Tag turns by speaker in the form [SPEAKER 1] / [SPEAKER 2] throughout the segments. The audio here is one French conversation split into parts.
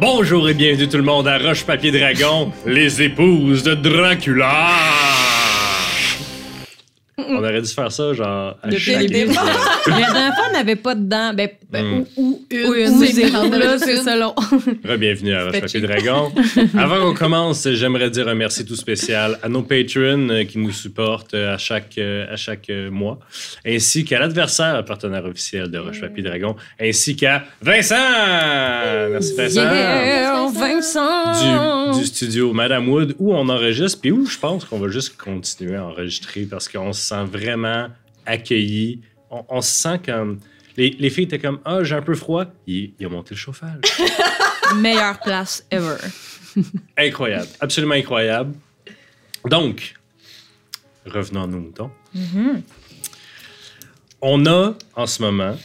[SPEAKER 1] Bonjour et bienvenue tout le monde à Roche Papier Dragon, les épouses de Dracula. On aurait dû faire ça genre à
[SPEAKER 2] Depuis
[SPEAKER 1] chaque
[SPEAKER 2] le début.
[SPEAKER 1] épisode.
[SPEAKER 3] Mais la dernière fois, on n'avait pas de dents. Ah, Ben,
[SPEAKER 1] Mm.
[SPEAKER 3] ou,
[SPEAKER 2] Une,
[SPEAKER 3] ou
[SPEAKER 2] ou
[SPEAKER 3] une,
[SPEAKER 2] zéro,
[SPEAKER 3] zéro,
[SPEAKER 2] là,
[SPEAKER 3] là, c'est
[SPEAKER 2] une.
[SPEAKER 3] selon.
[SPEAKER 1] Bienvenue à Roche
[SPEAKER 2] C'était
[SPEAKER 1] Papier
[SPEAKER 2] cheap.
[SPEAKER 1] Dragon. Avant qu'on commence, j'aimerais dire un merci tout spécial à nos patrons euh, qui nous supportent euh, à chaque, euh, à chaque euh, mois, ainsi qu'à l'adversaire partenaire officiel de Roche Papier Dragon, ainsi qu'à Vincent. Merci Vincent.
[SPEAKER 3] Yeah, Vincent!
[SPEAKER 1] du, du studio Madame Wood où on enregistre, puis où je pense qu'on va juste continuer à enregistrer parce qu'on se sent vraiment accueilli. On, on se sent comme. Les, les filles étaient comme Ah, j'ai un peu froid. Il, il a monté le chauffage.
[SPEAKER 3] Meilleure place ever.
[SPEAKER 1] incroyable, absolument incroyable. Donc, revenons à nos moutons. On a en ce moment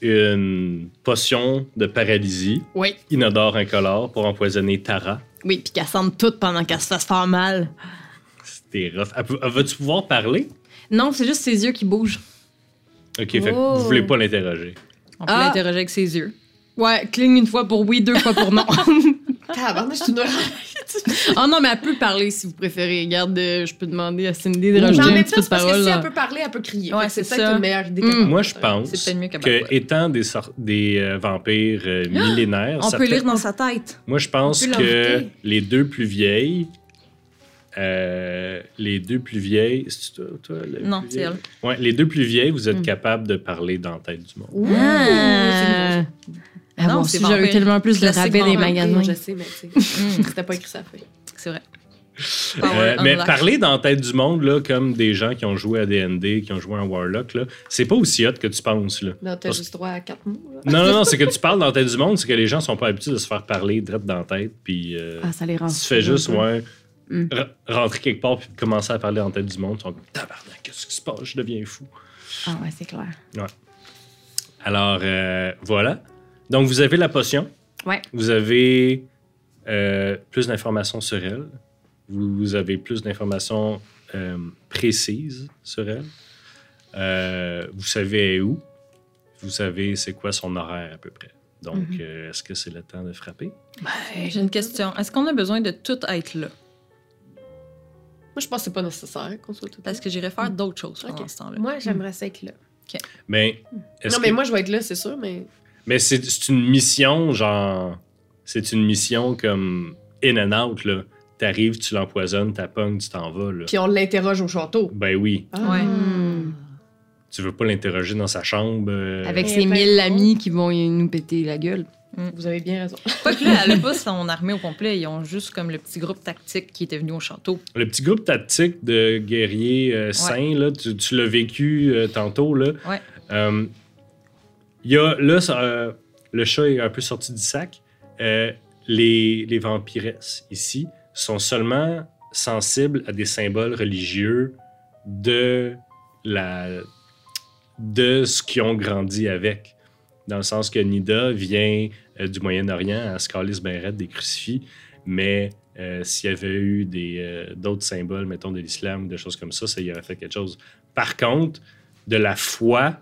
[SPEAKER 1] une potion de paralysie
[SPEAKER 2] Oui,
[SPEAKER 1] inodore incolore pour empoisonner Tara.
[SPEAKER 2] oui, puis qu'elle sente tout pendant qu'elle se fasse faire mal.
[SPEAKER 1] C'était rough. Elle peut- elle Va-tu pouvoir parler?
[SPEAKER 3] Non, c'est juste ses yeux qui bougent.
[SPEAKER 1] OK, fait que vous
[SPEAKER 3] Oh.
[SPEAKER 1] voulez pas l'interroger.
[SPEAKER 3] On peut
[SPEAKER 2] Ah.
[SPEAKER 3] l'interroger avec ses yeux. Ouais, cligne une fois pour oui, deux fois pour non.
[SPEAKER 2] Tabarnak, je suis une
[SPEAKER 3] oh non, mais elle peut parler si vous préférez. Regarde, euh, je peux demander à Cindy de
[SPEAKER 2] Non,
[SPEAKER 3] rajouter
[SPEAKER 4] Non,
[SPEAKER 3] un
[SPEAKER 4] mais
[SPEAKER 3] petit peu de
[SPEAKER 4] plus parce que
[SPEAKER 3] parole.
[SPEAKER 4] si elle
[SPEAKER 3] là.
[SPEAKER 4] peut parler, elle peut crier.
[SPEAKER 3] Ouais,
[SPEAKER 4] Fait que c'est
[SPEAKER 3] c'est
[SPEAKER 4] peut-être
[SPEAKER 3] ça.
[SPEAKER 4] une meilleure idée
[SPEAKER 3] Mm.
[SPEAKER 4] que
[SPEAKER 1] Moi, je pense
[SPEAKER 3] C'est peut-être mieux qu'à
[SPEAKER 1] que,
[SPEAKER 3] Barouette.
[SPEAKER 1] étant des, sor- des euh, vampires euh, millénaires,
[SPEAKER 3] On
[SPEAKER 1] ça
[SPEAKER 3] peut
[SPEAKER 1] peut-
[SPEAKER 3] lire dans sa tête.
[SPEAKER 1] moi, je pense
[SPEAKER 4] On peut
[SPEAKER 1] que
[SPEAKER 4] l'inviter.
[SPEAKER 1] les deux plus vieilles, euh, les deux plus vieilles, c'est toi, toi, la
[SPEAKER 3] Non,
[SPEAKER 1] plus
[SPEAKER 3] c'est
[SPEAKER 1] vieille?
[SPEAKER 3] elle. Hmm.
[SPEAKER 1] Ouais, les deux plus vieilles, vous êtes capables de parler dans la tête du monde.
[SPEAKER 4] Ouh,
[SPEAKER 3] Ah. Ah
[SPEAKER 2] Non,
[SPEAKER 3] bon,
[SPEAKER 2] c'est
[SPEAKER 3] si j'aurais eu
[SPEAKER 2] vampire.
[SPEAKER 3] tellement plus de
[SPEAKER 2] Classique
[SPEAKER 3] rabais des
[SPEAKER 2] vampire,
[SPEAKER 4] c'est une bonne idée. Je
[SPEAKER 3] magasins.
[SPEAKER 4] sais, mais tu sais,
[SPEAKER 3] Mm,
[SPEAKER 4] c'était pas écrit ça fait.
[SPEAKER 3] c'est vrai.
[SPEAKER 1] Euh,
[SPEAKER 3] Power
[SPEAKER 1] mais
[SPEAKER 3] unlocked.
[SPEAKER 1] parler dans la tête du monde, là, comme des gens qui ont joué à D&D, qui ont joué à Warlock, là, c'est pas aussi hot que tu penses. Là.
[SPEAKER 4] Non, t'as
[SPEAKER 1] Parce-
[SPEAKER 4] juste droit à quatre mots. là.
[SPEAKER 1] Non, non, non, c'est que tu parles dans la tête du monde, c'est que les gens sont pas habitués de se faire parler direct dans la tête, puis euh,
[SPEAKER 3] Ah, ça les rend.
[SPEAKER 1] tu fais juste, ouais,
[SPEAKER 3] Mm.
[SPEAKER 1] re- rentrer quelque part puis commencer à parler dans la tête du monde, ils sont comme, tabarnak, qu'est-ce qui se passe, je deviens fou.
[SPEAKER 3] Ah ouais, c'est clair.
[SPEAKER 1] Alors, euh, voilà. Donc, vous avez la potion.
[SPEAKER 3] Ouais.
[SPEAKER 1] Vous avez euh, plus d'informations sur elle. Vous, vous avez plus d'informations euh, précises sur elle. Euh, vous savez elle est où. Vous savez c'est quoi son horaire à peu près. Donc,
[SPEAKER 3] Mm-hmm.
[SPEAKER 1] euh, est-ce que c'est le temps de frapper?
[SPEAKER 3] J'ai une question. Est-ce qu'on a besoin de tout être là?
[SPEAKER 4] Moi, je pense que c'est pas nécessaire qu'on soit tout
[SPEAKER 3] Parce que j'irai faire d'autres choses pendant
[SPEAKER 4] Ok.
[SPEAKER 3] ce temps-là.
[SPEAKER 4] Moi, j'aimerais ça être là.
[SPEAKER 1] Ben, est-ce
[SPEAKER 4] Non, mais
[SPEAKER 1] que-
[SPEAKER 4] moi, je vais être là, c'est sûr, mais.
[SPEAKER 1] Mais c'est c'est une mission, genre. C'est une mission comme in and out, là. T'arrives, tu l'empoisonnes, t'appognes, tu t'en vas, là.
[SPEAKER 4] Puis on l'interroge au château. Ah. Mm.
[SPEAKER 1] Ben oui.
[SPEAKER 3] Ouais.
[SPEAKER 4] Hmm.
[SPEAKER 1] Tu veux pas l'interroger dans sa chambre. euh,
[SPEAKER 2] Avec
[SPEAKER 4] Mais
[SPEAKER 2] ses
[SPEAKER 4] ben
[SPEAKER 2] mille
[SPEAKER 4] non.
[SPEAKER 2] amis qui vont nous péter la gueule.
[SPEAKER 4] Vous avez bien raison.
[SPEAKER 3] Pas que là, elle a pas son armée au complet. Ils ont juste comme le petit groupe tactique qui était venu au château.
[SPEAKER 1] Le petit groupe tactique de guerriers euh, sains, là, tu, tu l'as vécu euh, tantôt. Là.
[SPEAKER 3] Ouais.
[SPEAKER 1] Euh, il y a, là, ça, euh, le chat est un peu sorti du sac. Euh, les, les vampiresses ici sont seulement sensibles à des symboles religieux de, la, de ce qu'ils ont grandi avec. Dans le sens que Nida vient euh, du Moyen-Orient, à Scalis Benred, des crucifix, mais euh, s'il y avait eu des, euh, d'autres symboles, mettons de l'islam ou des choses comme ça, ça y aurait fait quelque chose. Par contre, de la foi,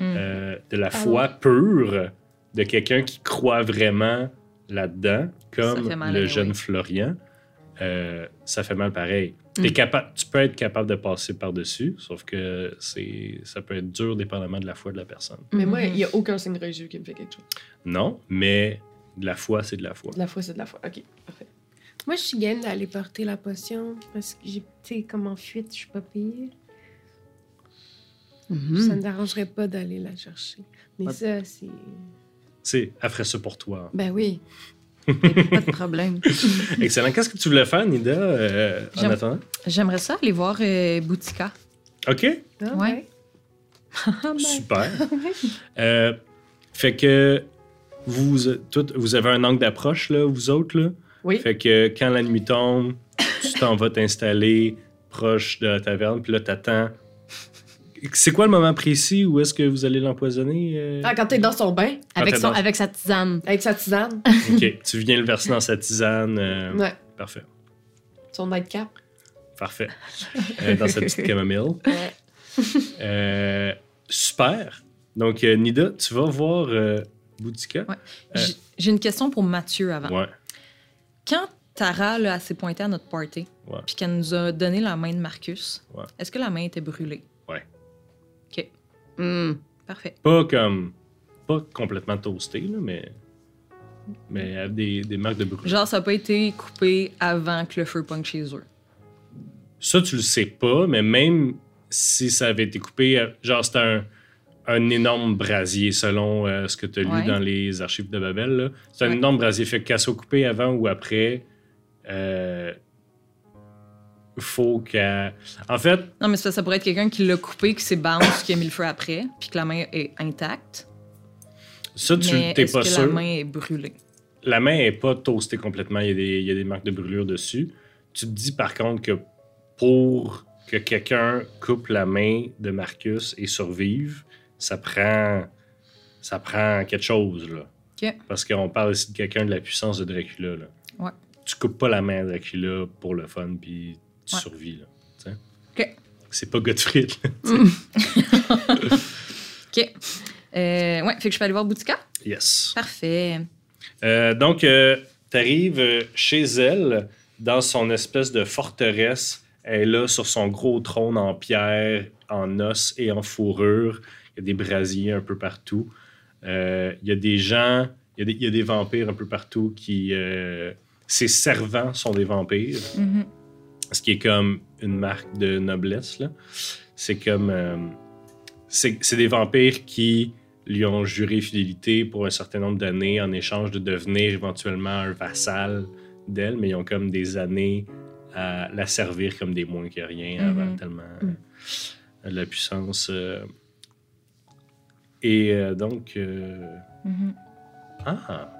[SPEAKER 1] euh, de
[SPEAKER 3] Ah
[SPEAKER 1] la foi pure de quelqu'un qui croit vraiment là-dedans, comme
[SPEAKER 3] fait mal,
[SPEAKER 1] le
[SPEAKER 3] oui.
[SPEAKER 1] jeune Florian, euh, ça fait mal pareil.
[SPEAKER 3] Mm.
[SPEAKER 1] T'es capa- tu peux être capable de passer par-dessus, sauf que c'est, ça peut être dur dépendamment de la foi de la personne.
[SPEAKER 4] Mais moi, il y
[SPEAKER 3] Mm-hmm.
[SPEAKER 4] a aucun signe religieux qui me fait quelque chose.
[SPEAKER 1] Non, mais de la foi, c'est de la foi.
[SPEAKER 4] De la foi, c'est de la foi. OK, parfait.
[SPEAKER 5] Moi, je suis game d'aller porter la potion parce que j'ai, tu sais, comme en fuite, je suis pas payée.
[SPEAKER 4] Mm-hmm.
[SPEAKER 5] Ça ne dérangerait pas d'aller la chercher. Mais
[SPEAKER 2] Pas-
[SPEAKER 5] ça, c'est.
[SPEAKER 1] C'est, elle ferait ça pour toi.
[SPEAKER 2] Ben oui. Y
[SPEAKER 3] Mm.
[SPEAKER 2] a pas de problème.
[SPEAKER 1] Excellent. Qu'est-ce que tu voulais faire, Nida, euh, en
[SPEAKER 3] J'aime-
[SPEAKER 1] attendant?
[SPEAKER 3] J'aimerais ça aller voir euh, Boutika.
[SPEAKER 1] OK.
[SPEAKER 5] Ah,
[SPEAKER 3] Ouais.
[SPEAKER 1] Super. Euh, fait que vous, toutes- vous avez un angle d'approche, là, vous autres. Là.
[SPEAKER 4] Oui.
[SPEAKER 1] Fait que quand la nuit tombe, tu t'en vas t'installer proche de la taverne, puis là, t'attends. C'est quoi le moment précis où est-ce que vous allez l'empoisonner? euh?
[SPEAKER 4] Ah, quand t'es dans son bain,
[SPEAKER 2] Avec,
[SPEAKER 1] t'es
[SPEAKER 2] son,
[SPEAKER 1] dans-
[SPEAKER 2] avec sa tisane.
[SPEAKER 4] avec sa tisane.
[SPEAKER 1] OK. Tu viens le verser dans sa tisane. euh,
[SPEAKER 4] ouais.
[SPEAKER 1] Parfait.
[SPEAKER 4] Son nightcap.
[SPEAKER 1] Parfait. Euh, dans sa petite camomille.
[SPEAKER 4] Ouais.
[SPEAKER 1] Euh, super. Donc, euh, Nida, tu vas voir euh, Boutika.
[SPEAKER 3] Ouais.
[SPEAKER 1] Euh,
[SPEAKER 3] J- J'ai une question pour Mathieu avant.
[SPEAKER 1] Ouais.
[SPEAKER 3] Quand Tara, là, elle s'est pointée à notre party,
[SPEAKER 1] Ouais.
[SPEAKER 3] puis qu'elle nous a donné la main de Marcus,
[SPEAKER 1] Ouais.
[SPEAKER 3] est-ce que la main était brûlée?
[SPEAKER 4] Mm.
[SPEAKER 2] Hmm.
[SPEAKER 3] Parfait.
[SPEAKER 1] Pas comme. Pas complètement toasté, là, mais. Mais avec des, des marques de brûlure.
[SPEAKER 3] Genre, ça n'a pas été coupé avant que le feu pogne chez eux.
[SPEAKER 1] Ça, tu le sais pas, mais même si ça avait été coupé, euh, genre, c'était un, un énorme brasier, selon euh, ce que tu as lu
[SPEAKER 3] Ouais.
[SPEAKER 1] dans les archives de Babel. là. C'est un
[SPEAKER 3] Ouais.
[SPEAKER 1] énorme brasier. Fait que qu'elle soit coupée avant ou après, euh, faut qu'elle. En fait,
[SPEAKER 3] Non, mais ça, ça pourrait être quelqu'un qui l'a coupé, qui s'est bounce, qui a mis le feu après, puis que la main est intacte.
[SPEAKER 1] ça, tu
[SPEAKER 3] mais
[SPEAKER 1] t'es
[SPEAKER 3] est-ce
[SPEAKER 1] pas
[SPEAKER 3] que
[SPEAKER 1] sûr.
[SPEAKER 3] la main est brûlée?
[SPEAKER 1] la main est pas toastée complètement. Il y, a des, il y a des marques de brûlure dessus. Tu te dis par contre que pour que quelqu'un coupe la main de Marcus et survive, ça prend, ça prend quelque chose. Là.
[SPEAKER 3] Ok.
[SPEAKER 1] Parce qu'on parle ici de quelqu'un de la puissance de Dracula. Là.
[SPEAKER 3] Ouais.
[SPEAKER 1] Tu coupes pas la main à Dracula pour le fun, puis tu
[SPEAKER 3] Ouais.
[SPEAKER 1] survis. Là, tu sais.
[SPEAKER 3] Ok.
[SPEAKER 1] C'est pas Gottfried. là.
[SPEAKER 3] OK. Euh, ouais, fait que je peux aller voir Boutica?
[SPEAKER 1] yes.
[SPEAKER 3] Parfait.
[SPEAKER 1] Euh, donc, tu arrives chez elle, dans son espèce de forteresse. Elle est là sur son gros trône en pierre, en os et en fourrure. Il y a des brasiers un peu partout. Euh, Il y a des gens, il y, a des- il y a des vampires un peu partout qui. euh, ses servants sont des vampires,
[SPEAKER 3] Mhm.
[SPEAKER 1] ce qui est comme une marque de noblesse. là. C'est comme. euh, c'est c'est des vampires qui lui ont juré fidélité pour un certain nombre d'années en échange de devenir éventuellement un vassal d'elle, mais ils ont comme des années à la servir comme des moins que rien avant
[SPEAKER 3] Mhm.
[SPEAKER 1] tellement
[SPEAKER 4] Mm.
[SPEAKER 1] euh, la puissance. euh. Et euh, donc. euh,
[SPEAKER 3] Mhm.
[SPEAKER 1] Ah!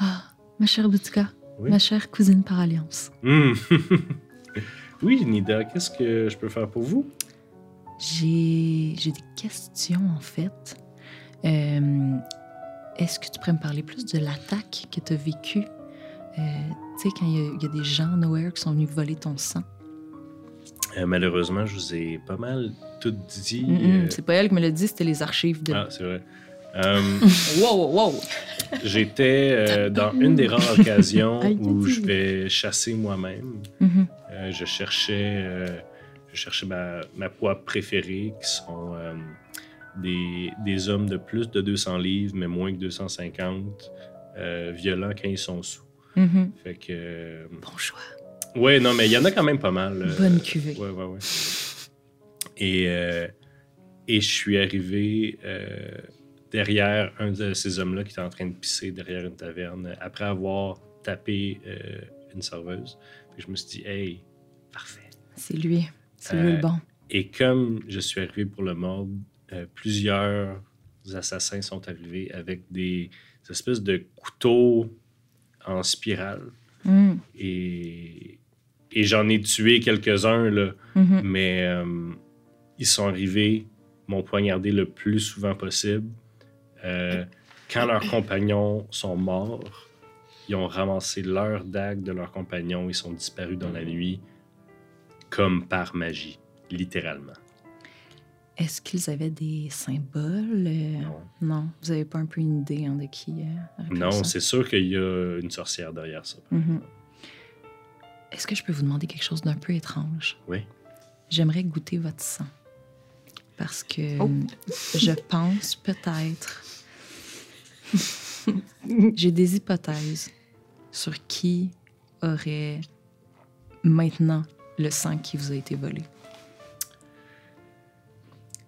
[SPEAKER 2] Ah, ma chère Boutika,
[SPEAKER 1] Oui.
[SPEAKER 2] ma chère cousine par alliance.
[SPEAKER 1] Hmm. oui, Nida, qu'est-ce que je peux faire pour vous?
[SPEAKER 2] J'ai j'ai des questions, en fait. Euh, Est-ce que tu pourrais me parler plus de l'attaque que tu as vécue? Euh, tu sais, quand il y a- il y, a des gens nowhere qui sont venus voler ton sang.
[SPEAKER 1] Euh, malheureusement, je vous ai pas mal tout dit.
[SPEAKER 2] Mm, mm,
[SPEAKER 1] euh,
[SPEAKER 2] C'est pas elle qui me l'a dit, c'était les archives de...
[SPEAKER 1] Ah, c'est vrai. Euh,
[SPEAKER 3] Wow, wow, wow.
[SPEAKER 1] J'étais euh, dans une des rares occasions
[SPEAKER 2] Aïe,
[SPEAKER 1] où
[SPEAKER 2] aïe, aïe.
[SPEAKER 1] je vais chasser moi-même.
[SPEAKER 3] Mm-hmm.
[SPEAKER 2] Mhm.
[SPEAKER 1] Euh, je cherchais, euh, je cherchais ma, ma poids préférée, qui sont euh, des, des hommes de plus de 200 livres, mais moins que 250, euh, violents quand ils sont sous.
[SPEAKER 3] Mhm.
[SPEAKER 1] Fait que. euh,
[SPEAKER 2] Bon choix.
[SPEAKER 1] Ouais, non, mais il y en a quand même pas mal. euh,
[SPEAKER 2] Bonne cuvée.
[SPEAKER 1] Ouais, ouais, ouais. Et, euh, et je suis arrivé euh, derrière un de ces hommes-là qui était en train de pisser derrière une taverne après avoir tapé euh, une serveuse. Puis je me suis dit, hey, parfait.
[SPEAKER 2] C'est lui. C'est lui
[SPEAKER 1] Euh,
[SPEAKER 2] le bon.
[SPEAKER 1] Et comme je suis arrivé pour le mordre, euh, plusieurs assassins sont arrivés avec des espèces de couteaux en spirale.
[SPEAKER 3] Mm.
[SPEAKER 1] Et, et j'en ai tué quelques-uns, là.
[SPEAKER 6] Mm.
[SPEAKER 3] Mhm.
[SPEAKER 1] Mais euh, ils sont arrivés, m'ont poignardé le plus souvent possible. Euh, quand leurs compagnons sont morts, ils ont ramassé leur dague de leurs compagnons. Ils sont disparus dans la nuit, comme par magie, littéralement.
[SPEAKER 2] Est-ce qu'ils avaient des symboles?
[SPEAKER 3] Ah,
[SPEAKER 2] euh,
[SPEAKER 1] Non,
[SPEAKER 2] Non, vous avez pas un peu une idée hein, de qui euh, aurait pu
[SPEAKER 1] Non,
[SPEAKER 2] faire ça?
[SPEAKER 1] c'est sûr qu'il y a une sorcière derrière ça.
[SPEAKER 2] Mhm. Est-ce que je peux vous demander quelque chose d'un peu étrange?
[SPEAKER 1] Oui.
[SPEAKER 2] J'aimerais goûter votre sang. Parce que
[SPEAKER 3] Oh.
[SPEAKER 2] je pense peut-être. J'ai des hypothèses sur qui aurait maintenant le sang qui vous a été volé.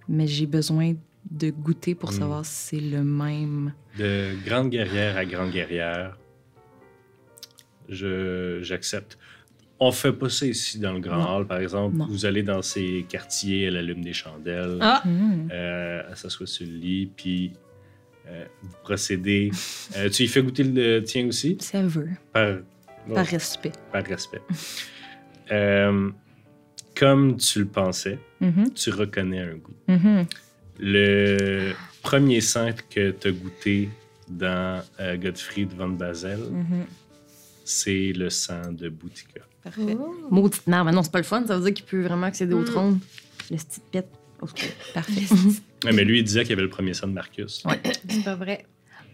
[SPEAKER 2] Mais j'ai besoin de goûter pour
[SPEAKER 1] Mm.
[SPEAKER 2] savoir si c'est le même.
[SPEAKER 1] De grande guerrière à grande guerrière, je, j'accepte. On fait pas ça ici dans le Grand
[SPEAKER 2] Non.
[SPEAKER 1] Hall, par exemple.
[SPEAKER 2] Non.
[SPEAKER 1] Vous allez dans ces quartiers à la lune des chandelles,
[SPEAKER 3] Ah!
[SPEAKER 2] Mm.
[SPEAKER 1] euh, elle s'assoit sur le lit, puis euh, vous procédez. Euh, tu y fais goûter le tien aussi?
[SPEAKER 2] Si elle veut,
[SPEAKER 1] Par, bon,
[SPEAKER 2] par respect.
[SPEAKER 1] par respect. Euh, comme tu le pensais,
[SPEAKER 3] Mhm.
[SPEAKER 1] tu reconnais un goût.
[SPEAKER 3] Mhm.
[SPEAKER 1] Le premier sang que tu as goûté dans euh, Gottfried von Basel,
[SPEAKER 3] Mhm.
[SPEAKER 1] c'est le sang de Boutica.
[SPEAKER 3] Parfait.
[SPEAKER 2] Maudite merde, mais non, c'est pas le fun. Ça veut dire qu'il peut vraiment accéder au
[SPEAKER 5] Mm.
[SPEAKER 2] trône. Le petit pète. Ok, Parfait.
[SPEAKER 1] Ouais, mais lui, il disait qu'il y avait le premier sang de Marcus.
[SPEAKER 2] Ah!
[SPEAKER 5] C'est pas vrai.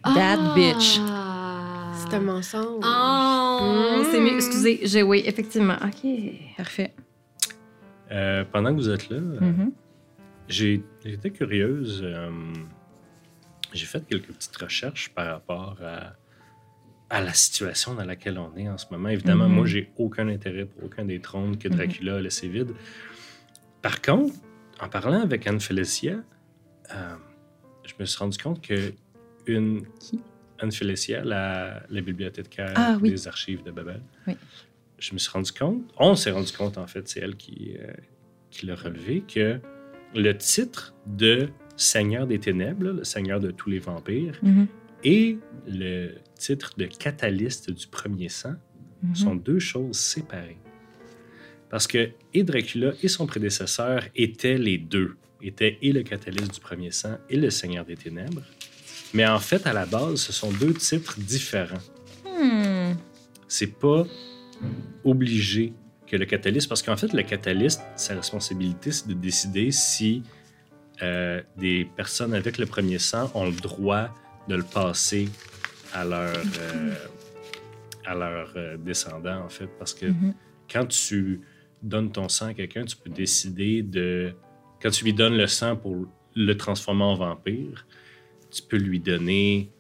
[SPEAKER 2] That bitch.
[SPEAKER 5] Ah. C'est un mensonge.
[SPEAKER 3] Ah.
[SPEAKER 2] Ah!
[SPEAKER 6] Oh, c'est mieux. Excusez, j'ai oui, effectivement. OK.
[SPEAKER 3] Parfait.
[SPEAKER 1] Euh, pendant que vous êtes là, euh,
[SPEAKER 2] Mhm.
[SPEAKER 1] j'ai été curieuse. euh, j'ai fait quelques petites recherches par rapport à, à la situation dans laquelle on est en ce moment. Évidemment,
[SPEAKER 2] Mhm.
[SPEAKER 1] moi, j'ai aucun intérêt pour aucun des trônes
[SPEAKER 2] Mm-hmm.
[SPEAKER 1] que Dracula a laissé vide. Par contre, en parlant avec Anne Felicia, euh, je me suis rendu compte que une
[SPEAKER 2] Qui?
[SPEAKER 1] Anne Felicia, la, la bibliothécaire
[SPEAKER 2] Ah, oui.
[SPEAKER 1] des archives de Babel.
[SPEAKER 2] Oui.
[SPEAKER 1] Je me suis rendu compte, on s'est rendu compte en fait, c'est elle qui, euh, qui l'a relevé, que le titre de Seigneur des Ténèbres, là, le Seigneur de tous les vampires,
[SPEAKER 2] Mhm.
[SPEAKER 1] et le titre de Catalyste du premier sang
[SPEAKER 2] Mhm.
[SPEAKER 1] sont deux choses séparées. Parce que et Dracula et son prédécesseur étaient les deux, étaient et le catalyste du premier sang et le Seigneur des Ténèbres. Mais en fait, à la base, ce sont deux titres différents. C'est pas obligé que le catalyste, parce qu'en fait, le catalyste, sa responsabilité, c'est de décider si euh, des personnes avec le premier sang ont le droit de le passer à leur, euh, à leur euh, descendant, en fait. Parce que
[SPEAKER 2] Mhm.
[SPEAKER 1] quand tu donnes ton sang à quelqu'un, tu peux décider de. Quand tu lui donnes le sang pour le transformer en vampire, tu peux lui donner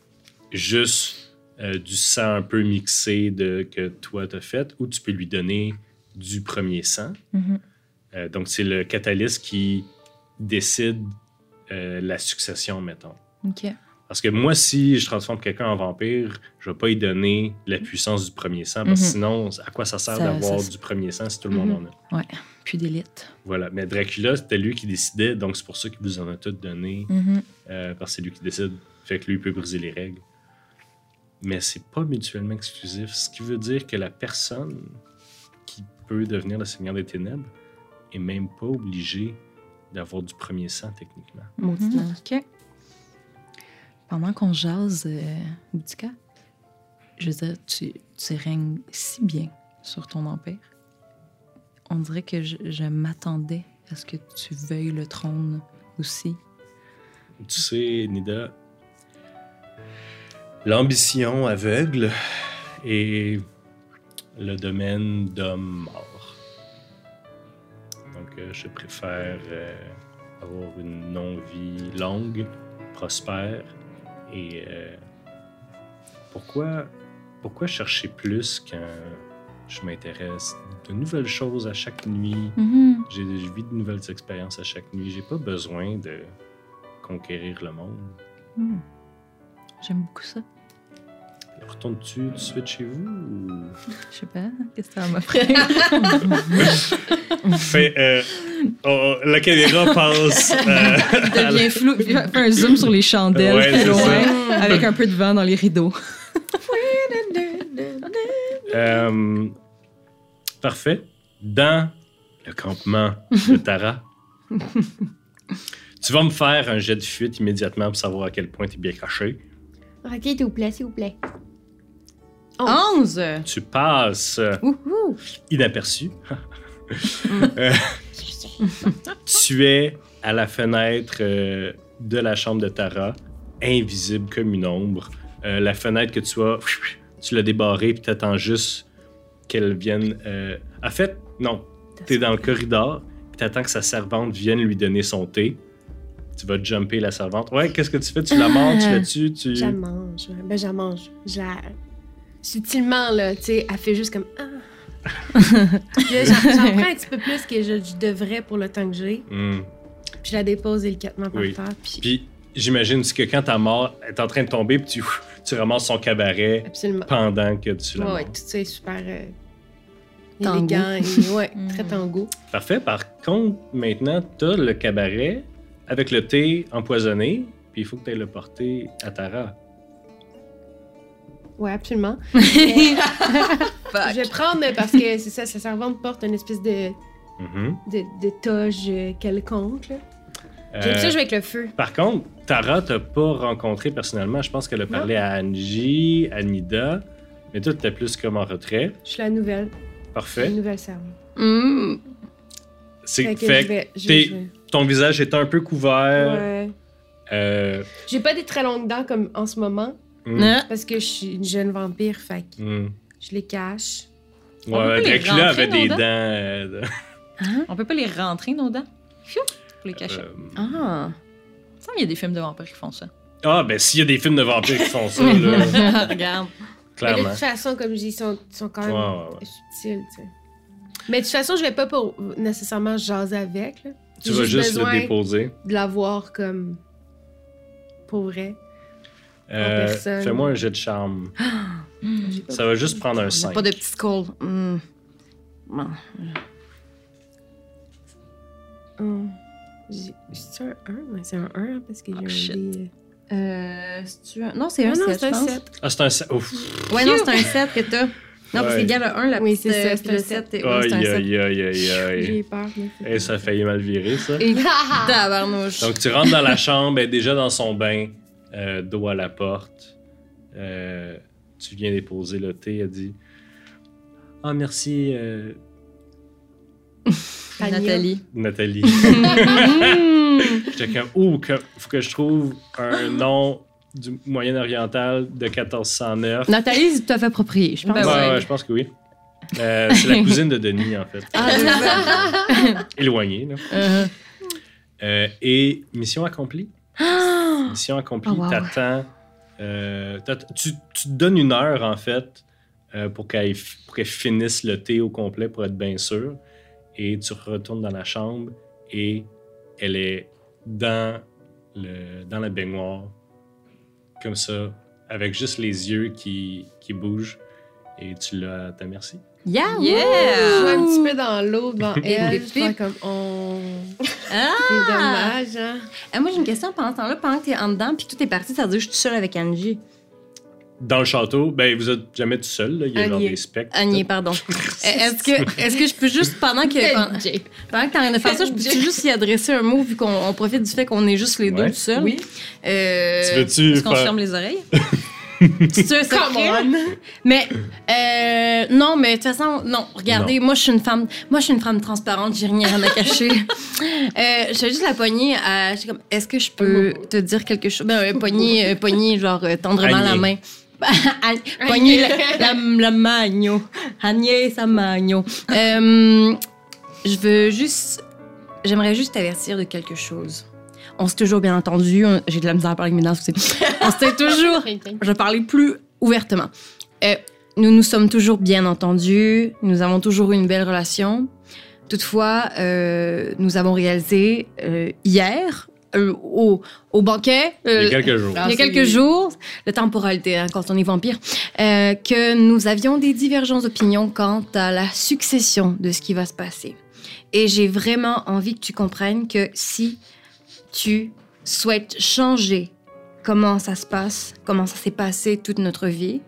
[SPEAKER 1] juste euh, du sang un peu mixé de, que toi t'as fait, ou tu peux lui donner du premier sang.
[SPEAKER 2] Mhm.
[SPEAKER 1] Euh, donc, c'est le catalyste qui décide euh, la succession, mettons.
[SPEAKER 2] OK.
[SPEAKER 1] Parce que moi, si je transforme quelqu'un en vampire, je ne vais pas lui donner la puissance du premier sang, parce que
[SPEAKER 2] Mhm.
[SPEAKER 1] sinon, à quoi ça sert
[SPEAKER 2] Ça-
[SPEAKER 1] d'avoir
[SPEAKER 2] ça- Mhm.
[SPEAKER 1] du premier sang si tout le monde en a?
[SPEAKER 2] Plus d'élite.
[SPEAKER 1] Voilà. Mais Dracula, c'était lui qui décidait, donc c'est pour ça qu'il vous en a tout donné,
[SPEAKER 3] Mm-hmm.
[SPEAKER 2] Mhm.
[SPEAKER 1] euh, parce que c'est lui qui décide. Fait que lui, il peut briser les règles. Mais c'est pas mutuellement exclusif, ce qui veut dire que la personne qui peut devenir le Seigneur des Ténèbres est même pas obligée d'avoir du premier sang, techniquement.
[SPEAKER 3] Mm-hmm.
[SPEAKER 2] Maudite lance. Pendant qu'on jase, euh, Boudica, je veux dire, tu, tu règnes si bien sur ton empire. On dirait que je, je m'attendais à ce que tu veuilles le trône aussi.
[SPEAKER 1] Tu sais, Nida, l'ambition aveugle et le domaine d'homme mort. Donc, euh, je préfère euh, avoir une non-vie longue, prospère. Et euh, pourquoi, pourquoi chercher plus quand je m'intéresse de nouvelles choses à chaque nuit?
[SPEAKER 3] Mm-hmm.
[SPEAKER 1] J'ai je vis de nouvelles expériences à chaque nuit. J'ai pas besoin de conquérir le monde.
[SPEAKER 2] Hmm. J'aime beaucoup ça.
[SPEAKER 1] Retournes-tu tout de suite chez vous ou...
[SPEAKER 2] Je sais pas, qu'est-ce que ça va m'offrir?
[SPEAKER 1] Fait, euh, oh, oh, la caméra passe. euh,
[SPEAKER 3] Il devient flou. Il fait un zoom sur les chandelles
[SPEAKER 1] Ouais, c'est
[SPEAKER 3] loin, avec un peu de vent dans les rideaux.
[SPEAKER 1] Mm-hmm. euh, parfait. Dans le campement de Tara, tu vas me faire un jet de fuite immédiatement pour savoir à quel point tu es bien caché.
[SPEAKER 6] OK, s'il vous plaît, s'il vous plaît.
[SPEAKER 3] 11!
[SPEAKER 1] Tu passes euh,
[SPEAKER 6] Ouhou!
[SPEAKER 1] inaperçu. Euh, tu es à la fenêtre euh, de la chambre de Tara, invisible comme une ombre. Euh, la fenêtre que tu as, tu l'as débarrée, puis t'attends juste qu'elle vienne. euh, En fait, non, t'es dans le corridor, puis t'attends que sa servante vienne lui donner son thé. Tu vas jumper la servante. Ouais, qu'est-ce que tu fais? Tu la mords, tu la tues, tu...
[SPEAKER 5] Je la mange. Ben, je la mange. Je la... Subtilement, là, tu sais, elle fait juste comme... Ah. Puis là, J'en j'en prends un petit peu plus que je, je devrais pour le temps que j'ai.
[SPEAKER 1] Hmm.
[SPEAKER 5] Puis je la dépose délicatement par
[SPEAKER 1] Oui.
[SPEAKER 5] terre. Puis,
[SPEAKER 1] Puis j'imagine que quand ta mort est en train de tomber, puis tu, tu ramasses son cabaret
[SPEAKER 5] absolument.
[SPEAKER 1] pendant que tu la
[SPEAKER 5] Ouais,
[SPEAKER 1] mords.
[SPEAKER 5] ouais, tout ça est super euh,
[SPEAKER 2] Tango.
[SPEAKER 5] élégant. et- ouais,
[SPEAKER 3] Mm.
[SPEAKER 5] très tango.
[SPEAKER 1] Parfait. Par contre, maintenant, t'as le cabaret avec le thé empoisonné, puis il faut que tu le porter à Tara.
[SPEAKER 5] Ouais, absolument. Mais- je vais prendre euh, parce que c'est ça, sa servante porte une espèce de,
[SPEAKER 1] Mhm.
[SPEAKER 5] de, de toge euh, quelconque. là. J'aime
[SPEAKER 1] Euh,
[SPEAKER 5] ça jouer avec le feu.
[SPEAKER 1] Par contre, Tara t'a pas rencontré personnellement. Je pense qu'elle a parlé à Angie, à Nida, mais toi, t'es plus comme en retrait.
[SPEAKER 5] Je suis la nouvelle, la
[SPEAKER 1] Parfait.
[SPEAKER 5] nouvelle servante. Mm.
[SPEAKER 6] Hum.
[SPEAKER 1] C'est
[SPEAKER 5] que
[SPEAKER 1] fait
[SPEAKER 5] je vais- je-
[SPEAKER 1] t'es-
[SPEAKER 5] je-
[SPEAKER 1] ton visage est un peu couvert.
[SPEAKER 5] Ouais.
[SPEAKER 1] euh,
[SPEAKER 5] J'ai pas des très longues dents comme en ce moment,
[SPEAKER 1] Mm.
[SPEAKER 3] Hein?
[SPEAKER 5] Parce que je suis une jeune vampire, fait que
[SPEAKER 1] Mm.
[SPEAKER 5] je les cache.
[SPEAKER 3] On peut
[SPEAKER 1] Ouais,
[SPEAKER 3] les
[SPEAKER 1] Dracula
[SPEAKER 3] rentrer
[SPEAKER 1] avait des
[SPEAKER 3] dans
[SPEAKER 1] dents. euh,
[SPEAKER 3] On peut pas les rentrer, nos dents? Fiou! Pour les cacher.
[SPEAKER 1] euh,
[SPEAKER 6] Ah.
[SPEAKER 3] Il me semble qu'il y a des films de vampires qui font ça.
[SPEAKER 1] Ah, ben s'il y a des films de vampires qui font ça, là,
[SPEAKER 3] Regarde.
[SPEAKER 5] Mais de
[SPEAKER 1] clairement.
[SPEAKER 5] toute façon, comme je dis, ils sont, ils sont quand
[SPEAKER 1] Ouais,
[SPEAKER 5] même
[SPEAKER 1] ouais, ouais.
[SPEAKER 5] subtils, tu sais. Mais de toute façon, je vais pas pour- nécessairement jaser avec, là.
[SPEAKER 1] Tu
[SPEAKER 5] J'ai
[SPEAKER 1] vas
[SPEAKER 5] juste
[SPEAKER 1] juste
[SPEAKER 5] besoin-
[SPEAKER 1] le déposer.
[SPEAKER 5] De la voir comme. pour vrai.
[SPEAKER 1] Euh,
[SPEAKER 5] personne.
[SPEAKER 1] Fais-moi un jet de charme.
[SPEAKER 5] J'ai pas-
[SPEAKER 1] Ça va juste prendre un 5.
[SPEAKER 6] Pas de petite call.
[SPEAKER 5] Mm.
[SPEAKER 6] Hmm. Bon.
[SPEAKER 5] Hum. J'ai- C'est un 1, ouais, c'est un 1 parce que
[SPEAKER 3] Oh,
[SPEAKER 5] j'ai
[SPEAKER 3] shit.
[SPEAKER 5] un des-
[SPEAKER 6] Euh, c'est-tu un- Non, c'est
[SPEAKER 5] Ah
[SPEAKER 6] un
[SPEAKER 5] non,
[SPEAKER 6] 7,
[SPEAKER 5] c'est
[SPEAKER 6] je
[SPEAKER 5] un
[SPEAKER 6] pense.
[SPEAKER 5] 7.
[SPEAKER 1] Ah, c'est un 7. Ouf.
[SPEAKER 6] Ouais, non, c'est un 7 que t'as. Non, parce
[SPEAKER 1] Ouais.
[SPEAKER 6] qu'il y a le 1, la
[SPEAKER 5] Oui,
[SPEAKER 6] oui,
[SPEAKER 5] c'est ça, c'est
[SPEAKER 6] le
[SPEAKER 5] un sept.
[SPEAKER 6] 7. Ouais, c'est
[SPEAKER 1] Aïe,
[SPEAKER 6] un 7.
[SPEAKER 1] aïe, aïe, aïe, aïe.
[SPEAKER 5] J'ai peur. mais c'est-
[SPEAKER 1] Eh, ça a failli mal virer, ça.
[SPEAKER 6] Et tabarnouche.
[SPEAKER 1] Donc, tu rentres dans la chambre, elle est déjà dans son bain, euh, dos à la porte. Euh, tu viens déposer le thé, elle dit Ah, merci, euh,
[SPEAKER 5] Tania.
[SPEAKER 3] Nathalie.
[SPEAKER 1] Nathalie.
[SPEAKER 5] Mm.
[SPEAKER 6] Hmm.
[SPEAKER 1] J'étais comme Ouh, que- faut que je trouve un nom du Moyen-Oriental de 1409.
[SPEAKER 6] Nathalie, c'est tout à fait approprié, je pense.
[SPEAKER 3] Ben
[SPEAKER 1] Ouais,
[SPEAKER 3] ouais.
[SPEAKER 1] ouais, je pense que oui. Euh, c'est la cousine de Denis, en fait.
[SPEAKER 6] Ah, c'est ça.
[SPEAKER 1] Éloignée, là.
[SPEAKER 6] Euh,
[SPEAKER 1] Euh, et mission accomplie. mission accomplie.
[SPEAKER 6] Oh, wow.
[SPEAKER 1] T'attends. euh, t'att- tu, tu te donnes une heure, en fait, euh, pour qu'elle f- pour qu'elle finisse le thé au complet, pour être bien sûr. Et tu retournes dans la chambre et elle est dans, le, dans la baignoire, comme ça, avec juste les yeux qui, qui bougent. Et tu l'as à ta merci.
[SPEAKER 6] Yeah!
[SPEAKER 5] Je vois
[SPEAKER 3] Yeah!
[SPEAKER 5] un petit peu dans l'eau, dans elle, je
[SPEAKER 6] Bip, bip.
[SPEAKER 5] fais comme on.
[SPEAKER 6] Ah!
[SPEAKER 5] C'est dommage, hein.
[SPEAKER 6] Ah, moi, j'ai une question pendant ce temps-là. Pendant que t'es en dedans, puis que tout est parti, ça veut dire que je suis toute seule avec Angie.
[SPEAKER 1] Dans le château, ben, vous êtes jamais tout seul. là. Il y a genre
[SPEAKER 5] Annie.
[SPEAKER 1] des spectres.
[SPEAKER 6] Annie, pardon. Euh, Est-ce que, est que je peux juste, pendant que, pendant, pendant que t'es en train de faire ça, je peux juste y adresser un mot, vu qu'on on profite du fait qu'on est juste les deux
[SPEAKER 1] Ouais.
[SPEAKER 6] tout seuls?
[SPEAKER 3] Oui.
[SPEAKER 6] Euh,
[SPEAKER 1] Tu veux-tu
[SPEAKER 3] Est-ce qu'on se
[SPEAKER 1] faire...
[SPEAKER 3] ferme les oreilles?
[SPEAKER 6] C'est un secret. Mais euh, non, mais de toute façon, non. Regardez, moi je suis une femme, moi je suis une femme transparente, j'ai rien à cacher. euh, je fais juste la poignée. À, je suis comme, est-ce que je peux te dire quelque chose Ben, euh, poignée, euh, poignée, genre euh, tendrement la
[SPEAKER 1] Agné.
[SPEAKER 6] main. Agn- poignée la, la, la magno. Agnès sa magno. Euh, je veux juste, j'aimerais juste t'avertir de quelque chose. On s'est toujours bien entendu. on- J'ai de la misère à parler avec mes dents. c'est- On s'est toujours je parlais plus ouvertement. Euh, nous nous sommes toujours bien entendus, nous avons toujours eu une belle relation. Toutefois, euh, nous avons réalisé euh, hier, euh, au, au banquet,
[SPEAKER 1] Il y
[SPEAKER 6] euh,
[SPEAKER 1] a quelques jours.
[SPEAKER 6] il y a quelques jours, la temporalité, hein, quand on est vampire, euh, que nous avions des divergences d'opinion quant à la succession de ce qui va se passer. Et j'ai vraiment envie que tu comprennes que si tu souhaites changer comment ça se passe, comment ça s'est passé toute notre vie,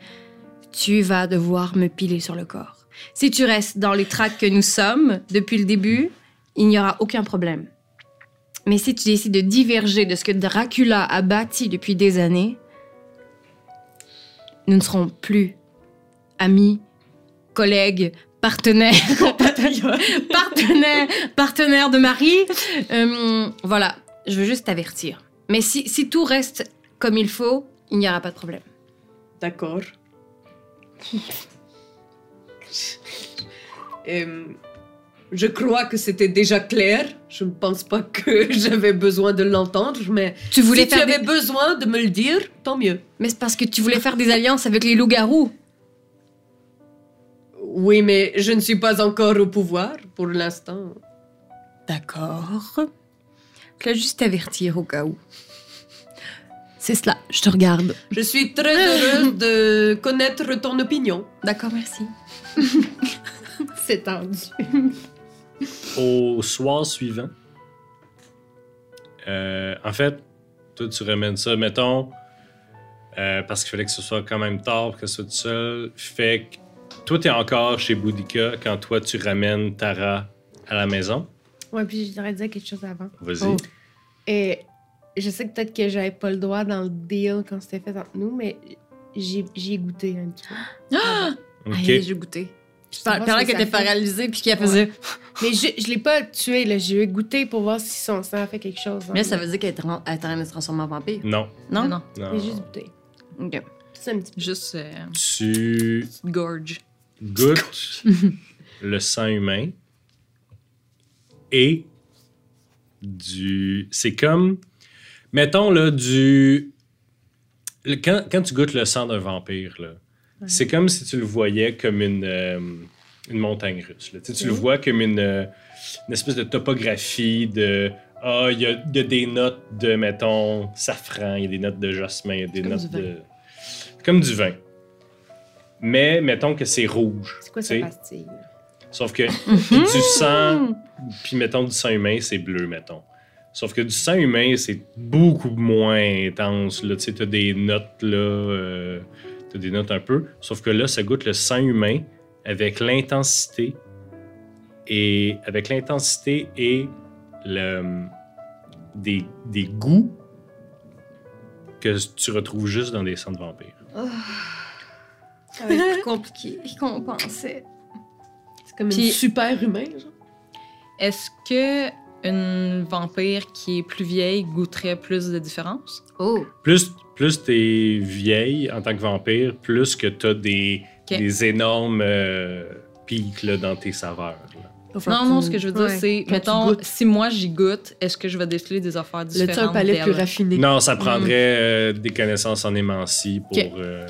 [SPEAKER 6] tu vas devoir me piler sur le corps. Si tu restes dans les tracts que nous sommes depuis le début, il n'y aura aucun problème. Mais si tu décides de diverger de ce que Dracula a bâti depuis des années, nous ne serons plus amis, collègues, partenaires, partenaires, partenaires de mari. Euh, voilà, je veux juste t'avertir. Mais si, si tout reste comme il faut, il n'y aura pas de problème.
[SPEAKER 4] D'accord. Hum, je crois que c'était déjà clair. Je ne pense pas que j'avais besoin de l'entendre, mais
[SPEAKER 6] Tu voulais
[SPEAKER 4] si tu
[SPEAKER 6] faire des-
[SPEAKER 4] avais besoin de me le dire, tant mieux.
[SPEAKER 6] Mais c'est parce que tu voulais faire des alliances avec les loups-garous.
[SPEAKER 4] Oui, mais je ne suis pas encore au pouvoir pour l'instant.
[SPEAKER 6] D'accord. Je vais juste t'avertir au cas où. C'est cela, je te regarde.
[SPEAKER 4] Je suis très heureuse de connaître ton opinion.
[SPEAKER 6] D'accord, merci.
[SPEAKER 5] C'est tendu.
[SPEAKER 1] au soir suivant, euh, en fait, toi, tu ramènes ça, mettons, euh, parce qu'il fallait que ce soit quand même tard, que ce soit tout seul. Fait que toi, t'es encore chez Boudica quand toi, tu ramènes Tara à la maison.
[SPEAKER 5] Ouais, puis je voudrais dire quelque chose avant.
[SPEAKER 1] Vas-y.
[SPEAKER 5] Oh. Et je sais que peut-être que j'avais pas le droit dans le deal quand c'était fait entre nous, mais j'ai j'y ai goûté un petit peu.
[SPEAKER 1] OK.
[SPEAKER 6] Allez, j'ai goûté.
[SPEAKER 5] Je sais pas
[SPEAKER 6] Par-
[SPEAKER 5] ce
[SPEAKER 6] Pendant
[SPEAKER 5] que
[SPEAKER 6] qu'elle
[SPEAKER 5] ça
[SPEAKER 6] était
[SPEAKER 5] fait.
[SPEAKER 6] paralysée puis qu'elle faisait.
[SPEAKER 5] Mais je, je l'ai pas tué, là. J'ai goûté pour voir si son sang a fait quelque chose. hein.
[SPEAKER 6] Mais là, ça veut dire qu'elle est en elle est en train de se transformer en vampire.
[SPEAKER 1] Non,
[SPEAKER 6] Non?
[SPEAKER 3] non.
[SPEAKER 1] non.
[SPEAKER 5] J'ai juste goûté.
[SPEAKER 6] Ok.
[SPEAKER 5] C'est un petit
[SPEAKER 3] Juste euh,
[SPEAKER 1] Tu
[SPEAKER 3] petite gorge.
[SPEAKER 1] goûtes le sang humain et du. C'est comme. Mettons, là, du. le- Quand, quand tu goûtes le sang d'un vampire, là, c'est comme si tu le voyais comme une, euh, une montagne russe. là. Tu, sais, tu le vois comme une, euh, une espèce de topographie de. Ah, il y, a il y a des notes de, mettons, safran, il y a des notes de jasmin, il y a des
[SPEAKER 3] comme
[SPEAKER 1] notes
[SPEAKER 3] du vin.
[SPEAKER 1] de. Comme du vin. Mais mettons que c'est rouge.
[SPEAKER 5] C'est quoi
[SPEAKER 1] tu
[SPEAKER 5] sa
[SPEAKER 1] sais.
[SPEAKER 5] pastille?
[SPEAKER 1] Sauf que du sang, puis mettons du sang humain, c'est bleu, mettons. Sauf que du sang humain, c'est beaucoup moins intense. Là, tu sais, t'as des notes, là, euh, t'as des notes un peu. Sauf que là, ça goûte le sang humain avec l'intensité et avec l'intensité et le, des, des goûts que tu retrouves juste dans des sangs de vampires.
[SPEAKER 6] Ça va être plus compliqué qu'on pensait.
[SPEAKER 4] C'est comme
[SPEAKER 3] Puis-
[SPEAKER 4] une super humain, genre.
[SPEAKER 3] Est-ce que une vampire qui est plus vieille goûterait plus de différence?
[SPEAKER 6] Oh,
[SPEAKER 1] plus, plus t'es vieille en tant que vampire, plus que t'as des,
[SPEAKER 3] Ok.
[SPEAKER 1] des énormes euh, pics là, dans tes saveurs. là.
[SPEAKER 3] non, non, ce que je veux dire,
[SPEAKER 6] Ouais.
[SPEAKER 3] c'est,
[SPEAKER 4] Quand tu
[SPEAKER 3] mettons,
[SPEAKER 4] goûtes.
[SPEAKER 3] si moi j'y goûte, est-ce que je vais déceler des affaires
[SPEAKER 4] Le
[SPEAKER 3] différentes?
[SPEAKER 4] tu un palais plus
[SPEAKER 3] d'elle?
[SPEAKER 4] raffiné.
[SPEAKER 1] Non, ça prendrait euh, des connaissances en émancie pour,
[SPEAKER 3] Hmm. Ok.
[SPEAKER 1] euh,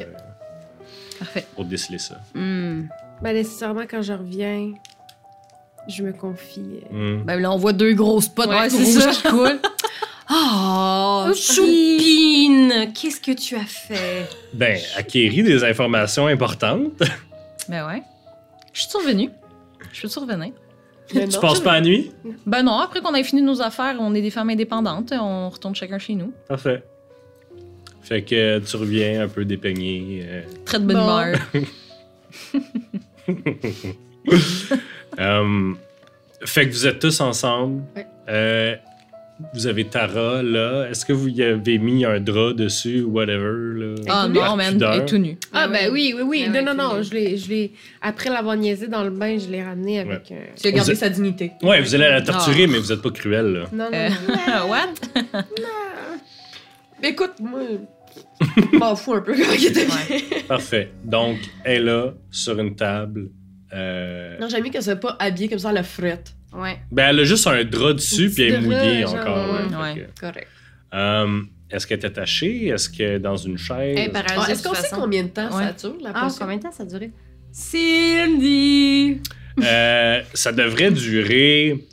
[SPEAKER 3] Parfait.
[SPEAKER 1] pour déceler ça.
[SPEAKER 6] hmm.
[SPEAKER 5] Ben, nécessairement, quand je reviens, je me confie. euh,
[SPEAKER 1] Mm.
[SPEAKER 6] Ben là, on voit deux grosses potes
[SPEAKER 3] Ouais, c'est ça.
[SPEAKER 6] rouges qui coulent. Oh,
[SPEAKER 5] Oh,
[SPEAKER 6] Choupine, qu'est-ce que tu as fait?
[SPEAKER 1] Ben, acquérir des informations importantes.
[SPEAKER 3] Ben ouais. Je suis survenue. Je peux survenir.
[SPEAKER 4] Mais
[SPEAKER 1] tu
[SPEAKER 4] non,
[SPEAKER 1] passes
[SPEAKER 4] je-
[SPEAKER 1] pas la nuit?
[SPEAKER 3] Ben non, après qu'on ait fini nos affaires, on est des femmes indépendantes, on retourne chacun chez nous.
[SPEAKER 1] Parfait. Fait que tu reviens un peu dépeigné. euh.
[SPEAKER 3] Très de bonne
[SPEAKER 5] Bon.
[SPEAKER 3] humeur.
[SPEAKER 1] Hum, fait que vous êtes tous ensemble.
[SPEAKER 4] Ouais.
[SPEAKER 1] Euh, vous avez Tara là. Est-ce que vous y avez mis un drap dessus ou whatever? Là?
[SPEAKER 3] Ah
[SPEAKER 5] tout
[SPEAKER 3] non,
[SPEAKER 1] nu.
[SPEAKER 3] man, elle est tout nu.
[SPEAKER 5] Ah, ben
[SPEAKER 6] ouais.
[SPEAKER 5] oui, oui, oui.
[SPEAKER 6] Ben ouais,
[SPEAKER 5] non, non,
[SPEAKER 6] tout
[SPEAKER 5] non.
[SPEAKER 6] bien.
[SPEAKER 5] Je l'ai, je l'ai. Après l'avoir niaisé dans le bain, je l'ai ramené avec. euh,
[SPEAKER 4] Tu as
[SPEAKER 1] Vous
[SPEAKER 4] gardé
[SPEAKER 1] êtes-
[SPEAKER 4] sa dignité.
[SPEAKER 1] Ouais, vous allez la torturer, mais vous êtes pas cruel là.
[SPEAKER 5] Non, non.
[SPEAKER 3] Euh,
[SPEAKER 5] non.
[SPEAKER 3] What?
[SPEAKER 4] Mais écoute, moi, je m'en fous un peu quand il était bien.
[SPEAKER 1] Parfait. Donc, elle est là sur une table. Euh,
[SPEAKER 4] Non, j'aime mieux qu'elle soit pas habillée comme ça à la frette.
[SPEAKER 6] Ouais.
[SPEAKER 1] Ben, elle a juste un drap dessus,
[SPEAKER 5] Un
[SPEAKER 1] puis elle est
[SPEAKER 5] petit drap,
[SPEAKER 1] mouillée
[SPEAKER 5] genre,
[SPEAKER 1] encore. ouais,
[SPEAKER 3] ouais.
[SPEAKER 1] fait
[SPEAKER 4] Correct.
[SPEAKER 1] que, hum, Est-ce qu'elle est attachée? Est-ce qu'elle est dans une chaise?
[SPEAKER 6] Hey, par
[SPEAKER 4] Ah, Est-ce qu'on sait combien de temps ça
[SPEAKER 3] Ouais.
[SPEAKER 4] dure, la
[SPEAKER 6] Ah,
[SPEAKER 4] potion?
[SPEAKER 6] combien de temps ça a duré? Cindy!
[SPEAKER 1] Euh, ça devrait durer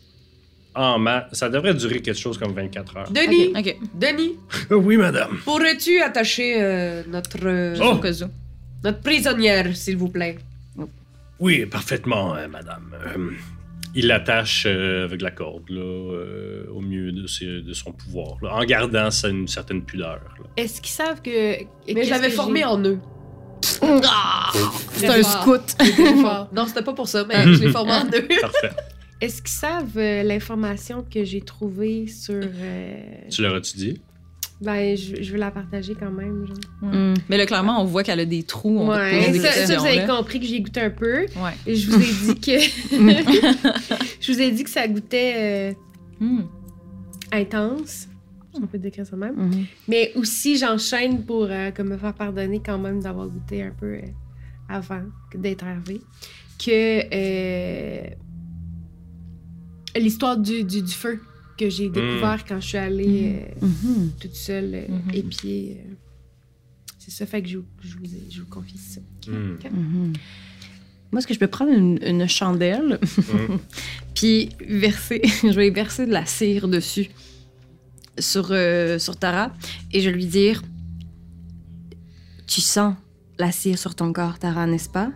[SPEAKER 1] en ma... Ça devrait durer quelque chose comme 24 heures.
[SPEAKER 4] Denis,
[SPEAKER 3] Ok.
[SPEAKER 4] Denis,
[SPEAKER 1] Oui, madame.
[SPEAKER 4] pourrais-tu attacher euh, notre, euh,
[SPEAKER 1] Oh!
[SPEAKER 3] Au cas où.
[SPEAKER 4] notre prisonnière, s'il vous plaît?
[SPEAKER 1] Oui, parfaitement, euh, madame. Euh, il l'attache euh, avec la corde, là, euh, au mieux de, ses- de son pouvoir, là, en gardant sa- une certaine pudeur. là.
[SPEAKER 5] Est-ce qu'ils savent que.
[SPEAKER 4] Mais je l'avais formée en eux.
[SPEAKER 6] C'est un scout.
[SPEAKER 5] en.
[SPEAKER 4] Non, c'était pas pour ça, mais je l'ai formée en eux.
[SPEAKER 1] Parfait.
[SPEAKER 5] Est-ce qu'ils savent euh, l'information que j'ai trouvée sur. euh,
[SPEAKER 1] tu l'auras-tu dit?
[SPEAKER 5] Ben, je, je veux la partager quand même. Genre.
[SPEAKER 6] Hmm,
[SPEAKER 3] Mais là, clairement, on voit qu'elle a des trous. On va te poser
[SPEAKER 5] Ouais,
[SPEAKER 3] des
[SPEAKER 5] ça, ça,
[SPEAKER 3] questions,
[SPEAKER 5] vous avez
[SPEAKER 3] là.
[SPEAKER 5] compris que j'ai goûté un peu.
[SPEAKER 3] Ouais.
[SPEAKER 5] Et Je vous ai dit que. je vous ai dit que ça goûtait euh,
[SPEAKER 3] Hmm.
[SPEAKER 5] intense. On peut décrire ça de même.
[SPEAKER 6] hmm,
[SPEAKER 5] Mais aussi, j'enchaîne pour euh, comme me faire pardonner quand même d'avoir goûté un peu euh, avant que d'être arrivé. Que euh, l'histoire du, du, du feu que j'ai découvert quand je suis allée
[SPEAKER 3] Mm.
[SPEAKER 5] euh,
[SPEAKER 6] hmm,
[SPEAKER 5] toute seule euh,
[SPEAKER 3] Mhm.
[SPEAKER 5] épier. euh, c'est ça, fait que je, vous- je vous, ai- je vous confie ça.
[SPEAKER 1] Hmm.
[SPEAKER 6] Mhm. Moi, est-ce que je peux prendre une, une chandelle,
[SPEAKER 1] Hmm.
[SPEAKER 6] puis verser, je vais verser de la cire dessus, sur, euh, sur Tara, et je vais lui dire Tu sens la cire sur ton corps, Tara, n'est-ce pas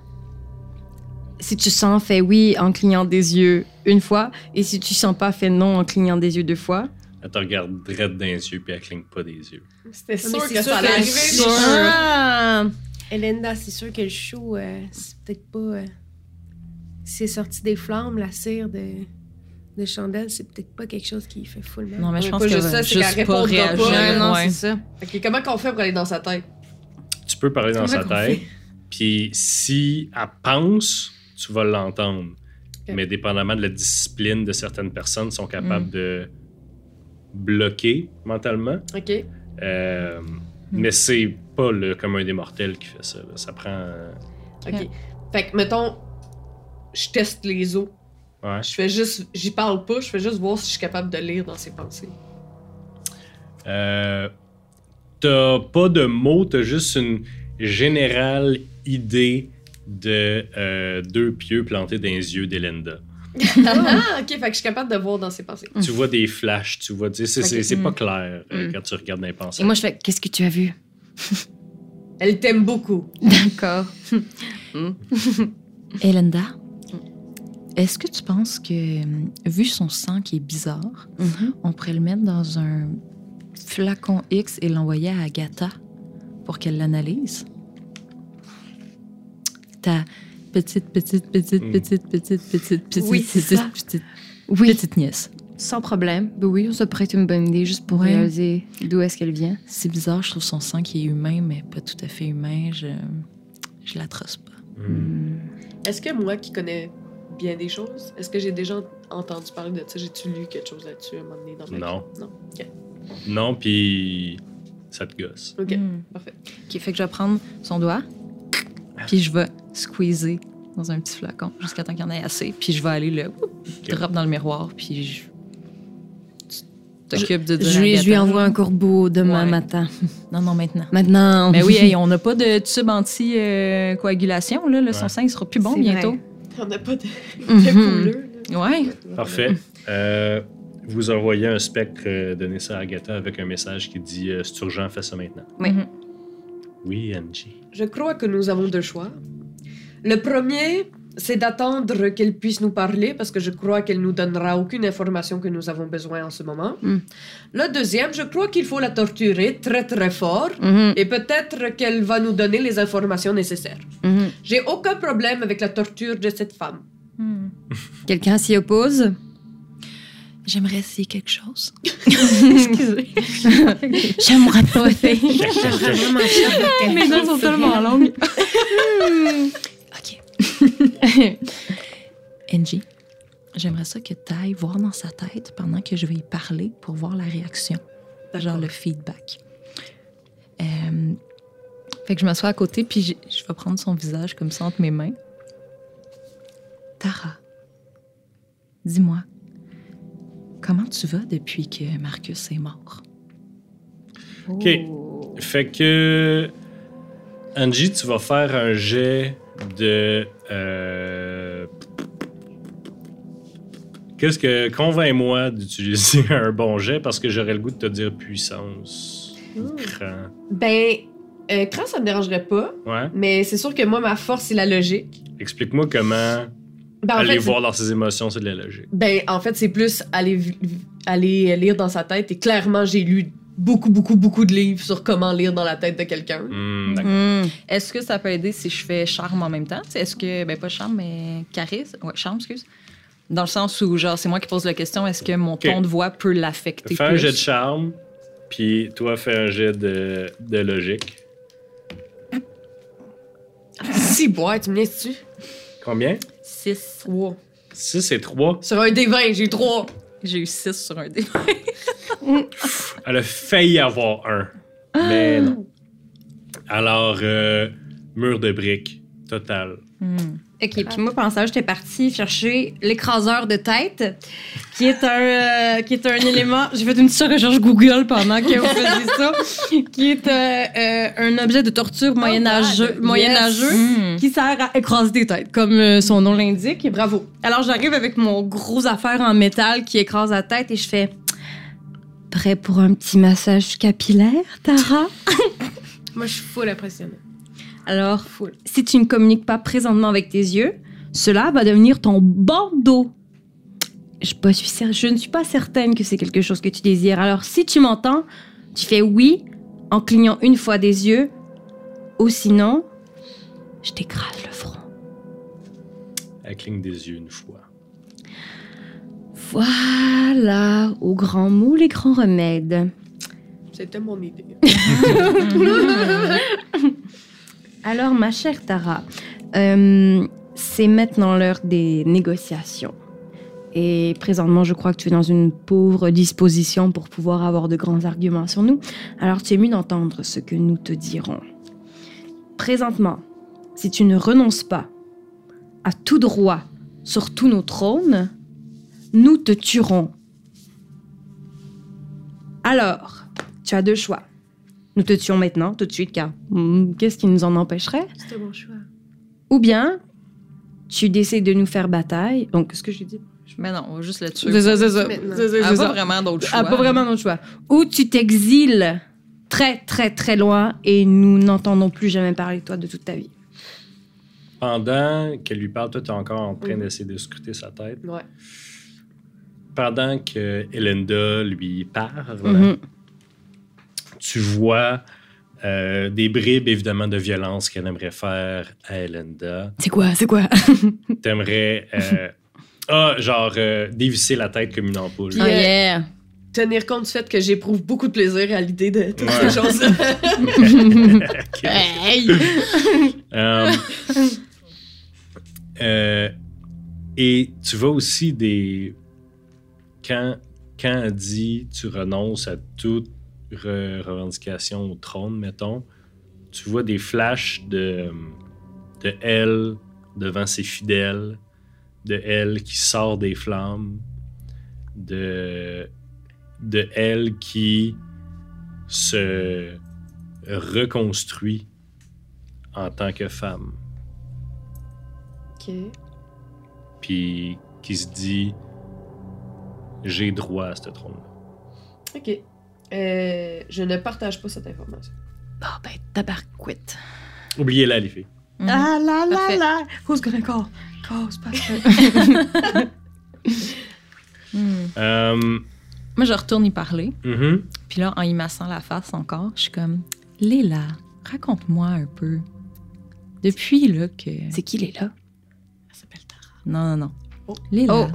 [SPEAKER 6] Si tu sens, fais oui en clignant des yeux une fois, et si tu sens pas, fais non en clignant des yeux deux fois.
[SPEAKER 1] Elle te regarde direct dans les yeux, puis elle cligne pas des yeux.
[SPEAKER 4] C'était
[SPEAKER 5] Ah, mais
[SPEAKER 4] sûr
[SPEAKER 5] c'est
[SPEAKER 4] que
[SPEAKER 5] sûr
[SPEAKER 4] ça allait
[SPEAKER 5] que-
[SPEAKER 4] arriver.
[SPEAKER 6] Ah!
[SPEAKER 5] Elenda, c'est sûr que le show, euh, c'est peut-être pas. euh, c'est sorti des flammes, la cire de, de chandelle, c'est peut-être pas quelque chose qui fait full mal.
[SPEAKER 3] Non, mais je
[SPEAKER 4] Ouais,
[SPEAKER 3] pense
[SPEAKER 4] pas
[SPEAKER 3] qu'elle
[SPEAKER 4] juste
[SPEAKER 3] va
[SPEAKER 4] ça, c'est qu'elle
[SPEAKER 3] juste pas
[SPEAKER 4] répondra
[SPEAKER 3] réagir.
[SPEAKER 4] pas. Ouais,
[SPEAKER 6] non,
[SPEAKER 3] ouais.
[SPEAKER 6] c'est ça.
[SPEAKER 4] Ok, comment qu'on fait pour aller dans sa tête?
[SPEAKER 1] Tu peux parler dans sa tête, puis si elle pense, tu vas l'entendre.
[SPEAKER 4] Ok.
[SPEAKER 1] Mais dépendamment de la discipline de certaines personnes, sont capables de bloquer mentalement.
[SPEAKER 4] Ok.
[SPEAKER 1] Euh, Mais c'est pas le commun des mortels qui fait ça. là. Ça prend. euh,
[SPEAKER 4] Ok. Fait que, mettons, je teste les os.
[SPEAKER 1] ouais.
[SPEAKER 4] Je fais juste. J'y parle pas, je fais juste voir si je suis capable de lire dans ses pensées.
[SPEAKER 1] Euh, t'as pas de mots, t'as juste une générale idée de euh, deux pieux plantés dans les yeux d'Elenda.
[SPEAKER 4] ah, ok, fait que je suis capable de voir dans ses pensées.
[SPEAKER 1] Tu vois des flashs, tu vois, tu sais, c'est c'est-
[SPEAKER 6] Ok.
[SPEAKER 1] c'est pas clair euh,
[SPEAKER 6] Mm.
[SPEAKER 1] quand tu regardes dans les pensées.
[SPEAKER 6] Et moi, je fais Qu'est-ce que tu as vu
[SPEAKER 4] Elle t'aime beaucoup.
[SPEAKER 6] D'accord.
[SPEAKER 3] Elenda, est-ce que tu penses que, hum, vu son sang qui est bizarre, on pourrait le mettre dans un flacon X et l'envoyer à Agatha pour qu'elle l'analyse? Ta petite, petite, petite,
[SPEAKER 1] Hmm.
[SPEAKER 3] petite, petite, petite, petite,
[SPEAKER 6] Oui, c'est
[SPEAKER 3] petite,
[SPEAKER 6] ça.
[SPEAKER 3] petite,
[SPEAKER 6] Oui,
[SPEAKER 3] petite nièce.
[SPEAKER 6] sans problème. Ben oui, on se prête une bonne idée juste pour
[SPEAKER 3] Ouais.
[SPEAKER 6] réaliser d'où est-ce qu'elle vient.
[SPEAKER 3] C'est bizarre, je trouve son sang qui est humain, mais pas tout à fait humain. Je, je l'atroce pas.
[SPEAKER 1] Mm.
[SPEAKER 4] Est-ce que moi qui connais bien des choses, est-ce que j'ai déjà entendu parler de ça? J'ai-tu lu quelque chose là-dessus à un moment donné dans ma
[SPEAKER 1] Non.
[SPEAKER 4] vie? Non.
[SPEAKER 1] Non, puis ça te gosse.
[SPEAKER 4] Ok.
[SPEAKER 3] Hmm.
[SPEAKER 4] parfait.
[SPEAKER 3] OK, fait que je vais prendre son doigt, puis je vais squeezer dans un petit flacon jusqu'à temps qu'il y en ait assez, puis je vais aller le oup, drop dans le miroir, puis je... Tu t'occupes de dire
[SPEAKER 6] Je
[SPEAKER 3] à
[SPEAKER 6] lui, je lui
[SPEAKER 3] Agatha.
[SPEAKER 6] envoie un corbeau demain
[SPEAKER 3] Ouais.
[SPEAKER 6] matin.
[SPEAKER 3] Non, non, maintenant.
[SPEAKER 6] Maintenant.
[SPEAKER 3] Mais Ben oui, hey, on n'a pas de tube anti-coagulation, là. Le
[SPEAKER 1] Ouais.
[SPEAKER 3] Son sang, il sera plus bon
[SPEAKER 6] C'est
[SPEAKER 3] bientôt.
[SPEAKER 4] On n'a pas de, de
[SPEAKER 6] Mhm.
[SPEAKER 4] couleur, là.
[SPEAKER 3] Ouais.
[SPEAKER 1] Parfait. Euh, vous envoyez un spectre, euh, donnez ça à Agatha avec un message qui dit euh, C'est urgent, fais ça maintenant.
[SPEAKER 6] Oui.
[SPEAKER 3] Mhm.
[SPEAKER 1] Oui, Angie.
[SPEAKER 4] Je crois que nous avons deux choix. Le premier, c'est d'attendre qu'elle puisse nous parler parce que je crois qu'elle nous donnera aucune information que nous avons besoin en ce moment.
[SPEAKER 6] Mm.
[SPEAKER 4] Le deuxième, je crois qu'il faut la torturer très très fort
[SPEAKER 6] Mhm.
[SPEAKER 4] et peut-être qu'elle va nous donner les informations nécessaires.
[SPEAKER 6] Mhm.
[SPEAKER 4] J'ai aucun problème avec la torture de cette femme.
[SPEAKER 3] Hmm.
[SPEAKER 6] Quelqu'un s'y oppose
[SPEAKER 3] J'aimerais essayer quelque chose.
[SPEAKER 6] Excusez.
[SPEAKER 3] J'aimerais pas
[SPEAKER 5] J'aimerais vraiment ça. que-
[SPEAKER 3] Mes dents sont tellement longues. OK. Angie, j'aimerais ça que tu ailles voir dans sa tête pendant que je vais y parler pour voir la réaction, genre le feedback. Euh, fait que je m'assois à côté, puis j'ai- je vais prendre son visage comme ça entre mes mains. Tara, dis-moi, comment tu vas depuis que Marcus est mort?
[SPEAKER 1] OK. Fait que. Angie, tu vas faire un jet de. euh, Qu'est-ce que. Convainc-moi d'utiliser un bon jet parce que j'aurais le goût de te dire puissance. ou Cran.
[SPEAKER 4] Ben, euh, cran, ça me dérangerait pas,
[SPEAKER 1] Ouais.
[SPEAKER 4] mais c'est sûr que moi, ma force, c'est la logique.
[SPEAKER 1] Explique-moi comment
[SPEAKER 4] Ben, en
[SPEAKER 1] aller
[SPEAKER 4] fait,
[SPEAKER 1] voir dans ses émotions, c'est de la logique.
[SPEAKER 4] Ben, en fait, c'est plus aller, vi- vi- aller lire dans sa tête. Et clairement, j'ai lu beaucoup, beaucoup, beaucoup de livres sur comment lire dans la tête de quelqu'un.
[SPEAKER 1] Hmm, d'accord.
[SPEAKER 3] Mm. Est-ce que ça peut aider si je fais charme en même temps? Tu sais, Est-ce que, ben pas charme, mais charisme? Ouais, charme, excuse. Dans le sens où, genre, c'est moi qui pose la question, est-ce que mon ton de voix peut l'affecter
[SPEAKER 1] Fais un
[SPEAKER 3] plus?
[SPEAKER 1] jet de charme, puis toi, fais un jet de, de logique.
[SPEAKER 4] Si, boy, tu me laisses dessus?
[SPEAKER 1] Combien
[SPEAKER 3] 6.
[SPEAKER 4] 3.
[SPEAKER 1] 6 et 3.
[SPEAKER 4] Sur un des 20, j'ai eu 3.
[SPEAKER 3] J'ai eu 6 sur un dé.
[SPEAKER 1] Elle a failli avoir un, mais non. Alors, euh, mur de briques, total.
[SPEAKER 6] Mm. Ok, puis moi, pensant, j'étais partie chercher l'écraseur de tête, qui est un, euh, qui est un élément. J'ai fait une petite recherche Google pendant que vous faisiez ça, qui est euh, euh, un objet de torture moyenâgeux,
[SPEAKER 4] yes.
[SPEAKER 6] moyenâgeux
[SPEAKER 3] Mm.
[SPEAKER 6] qui sert à écraser des têtes, comme euh, son nom l'indique. Bravo. Alors, j'arrive avec mon gros affaire en métal qui écrase la tête et je fais. Prêt pour un petit massage capillaire, Tara?
[SPEAKER 5] Moi, je suis full impressionnée.
[SPEAKER 6] Alors, si tu ne communiques pas présentement avec tes yeux, cela va devenir ton bandeau. Je, pas suis cer- je ne suis pas certaine que c'est quelque chose que tu désires. Alors, si tu m'entends, tu fais oui en clignant une fois des yeux, ou sinon, je t'écrase le front.
[SPEAKER 1] Elle cligne des yeux une fois.
[SPEAKER 6] Voilà, au grand mot, les grands remèdes.
[SPEAKER 4] C'était mon idée.
[SPEAKER 6] Mm. Alors, ma chère Tara, euh, c'est maintenant l'heure des négociations. Et Et présentement, je crois que tu es dans une pauvre disposition pour pouvoir avoir de grands arguments sur nous. Alors tu es mieux d'entendre ce que nous te dirons. Présentement, si tu ne renonces pas à tout droit sur tous nos trônes, nous te tuerons. Alors, tu as deux choix. Nous te tuons maintenant, tout de suite, car hmm, qu'est-ce qui nous en empêcherait
[SPEAKER 5] C'était mon choix.
[SPEAKER 6] Ou bien, tu décides de nous faire bataille. Donc, ce que j'ai dit.
[SPEAKER 3] Mais non, on va juste le tuer.
[SPEAKER 6] C'est ça, c'est ça.
[SPEAKER 5] Maintenant.
[SPEAKER 6] C'est ça,
[SPEAKER 3] Elle
[SPEAKER 6] c'est
[SPEAKER 3] a pas
[SPEAKER 6] ça.
[SPEAKER 3] vraiment d'autre choix.
[SPEAKER 6] Ah, pas vraiment notre choix. Ou tu t'exiles très, très, très loin et nous n'entendons plus jamais parler de toi de toute ta vie.
[SPEAKER 1] Pendant qu'elle lui parle, toi, t'es encore en train d'essayer de scruter sa tête.
[SPEAKER 4] Ouais.
[SPEAKER 1] Pendant que Elenda lui parle,
[SPEAKER 6] Mhm.
[SPEAKER 1] tu vois euh, des bribes, évidemment, de violence qu'elle aimerait faire à Elenda.
[SPEAKER 6] C'est quoi, c'est quoi?
[SPEAKER 1] T'aimerais, euh, ah, genre, euh, dévisser la tête comme une ampoule.
[SPEAKER 3] Oh,
[SPEAKER 4] Ah,
[SPEAKER 6] Oh, yeah!
[SPEAKER 4] Tenir compte du fait que j'éprouve beaucoup de plaisir à l'idée de toutes
[SPEAKER 1] Ouais.
[SPEAKER 4] ces choses
[SPEAKER 1] Euh, euh, et tu vois aussi des. Quand, quand elle dit tu renonces à toute re- revendication au trône, mettons, tu vois des flashs de, de elle devant ses fidèles, de elle qui sort des flammes, de, de elle qui se reconstruit en tant que femme.
[SPEAKER 4] Ok.
[SPEAKER 1] Puis qui se dit J'ai droit à ce trône-là.
[SPEAKER 4] Ok. Euh, je ne partage pas cette information.
[SPEAKER 6] Bon, ben, tabarquette.
[SPEAKER 1] Oubliez-la, les filles.
[SPEAKER 3] Mhm.
[SPEAKER 6] là
[SPEAKER 3] Parfait.
[SPEAKER 6] là! Who's gonna call? Cause, parfait.
[SPEAKER 3] Mhm.
[SPEAKER 1] Euh,
[SPEAKER 3] Moi, je retourne y parler.
[SPEAKER 1] mhm.
[SPEAKER 3] Puis là, en y massant la face encore, je suis comme Léla, raconte-moi un peu. Depuis là que.
[SPEAKER 6] C'est qui, les là?
[SPEAKER 3] Elle s'appelle Tara. Non, non, non.
[SPEAKER 2] Oh.
[SPEAKER 3] Léla,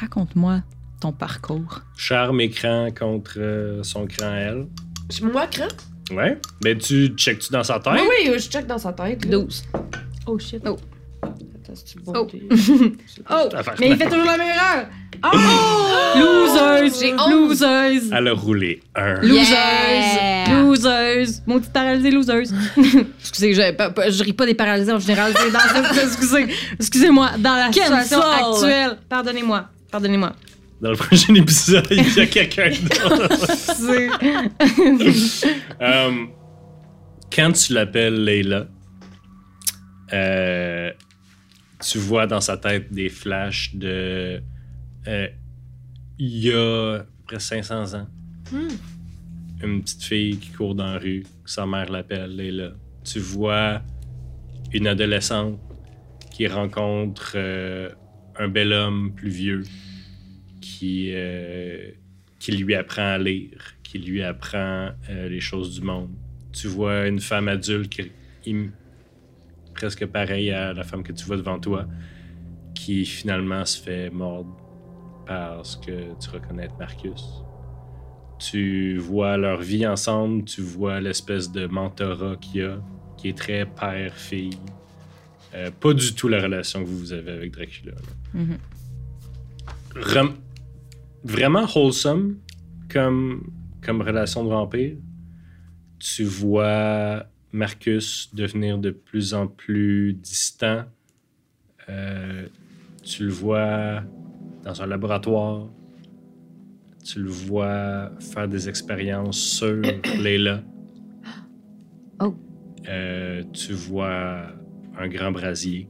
[SPEAKER 3] raconte-moi ton parcours.
[SPEAKER 1] Charme écran contre euh, son cran à elle.
[SPEAKER 4] Je moi cran?
[SPEAKER 1] Ouais. Ben, tu checkes-tu dans sa tête
[SPEAKER 4] Oui, oui, euh, je check dans sa tête. là.
[SPEAKER 6] 12.
[SPEAKER 5] Oh shit.
[SPEAKER 4] Attends, c'est-tu bon,
[SPEAKER 6] Oh.
[SPEAKER 4] t'es- c'est pas-
[SPEAKER 6] Oh!
[SPEAKER 1] Enfin,
[SPEAKER 6] Mais il fait toujours la même erreur!
[SPEAKER 3] Loseuse!
[SPEAKER 4] J'ai
[SPEAKER 3] Loseuse!
[SPEAKER 1] Elle a roulé un.
[SPEAKER 3] Loseuse!
[SPEAKER 6] Yeah!
[SPEAKER 3] Loseuse!
[SPEAKER 6] Maudite paralysée loseuse. excusez, je, pas- pas- je ris pas des paralysés en général. c'est dans- excusez, excusez-moi, dans la
[SPEAKER 3] Cancel!
[SPEAKER 6] situation actuelle. Pardonnez-moi, pardonnez-moi.
[SPEAKER 1] Dans le prochain épisode, il y a quelqu'un d'autre.
[SPEAKER 6] C'est-
[SPEAKER 1] Euh, quand tu l'appelles Leila, euh, tu vois dans sa tête des flashs de. euh, Il y a à peu près 500 ans. Une petite fille qui court dans la rue, sa mère l'appelle Leila. Tu vois une adolescente qui rencontre euh, un bel homme plus vieux qui. euh, qui lui apprend à lire, qui lui apprend euh, les choses du monde. Tu vois une femme adulte qui im- presque pareille à la femme que tu vois devant toi, qui finalement se fait mordre parce que tu reconnais être Marcus. Tu vois leur vie ensemble, tu vois l'espèce de mentorat qu'il y a, qui est très père-fille. Euh, pas du tout la relation que vous avez avec Dracula. là.
[SPEAKER 2] Mm-hmm,
[SPEAKER 3] Mhm.
[SPEAKER 1] Rem- vraiment wholesome comme, comme relation de vampire. Tu vois Marcus devenir de plus en plus distant. Euh, tu le vois dans un laboratoire. Tu le vois faire des expériences sur Leila.
[SPEAKER 6] Oh.
[SPEAKER 1] Euh, tu vois un grand brasier.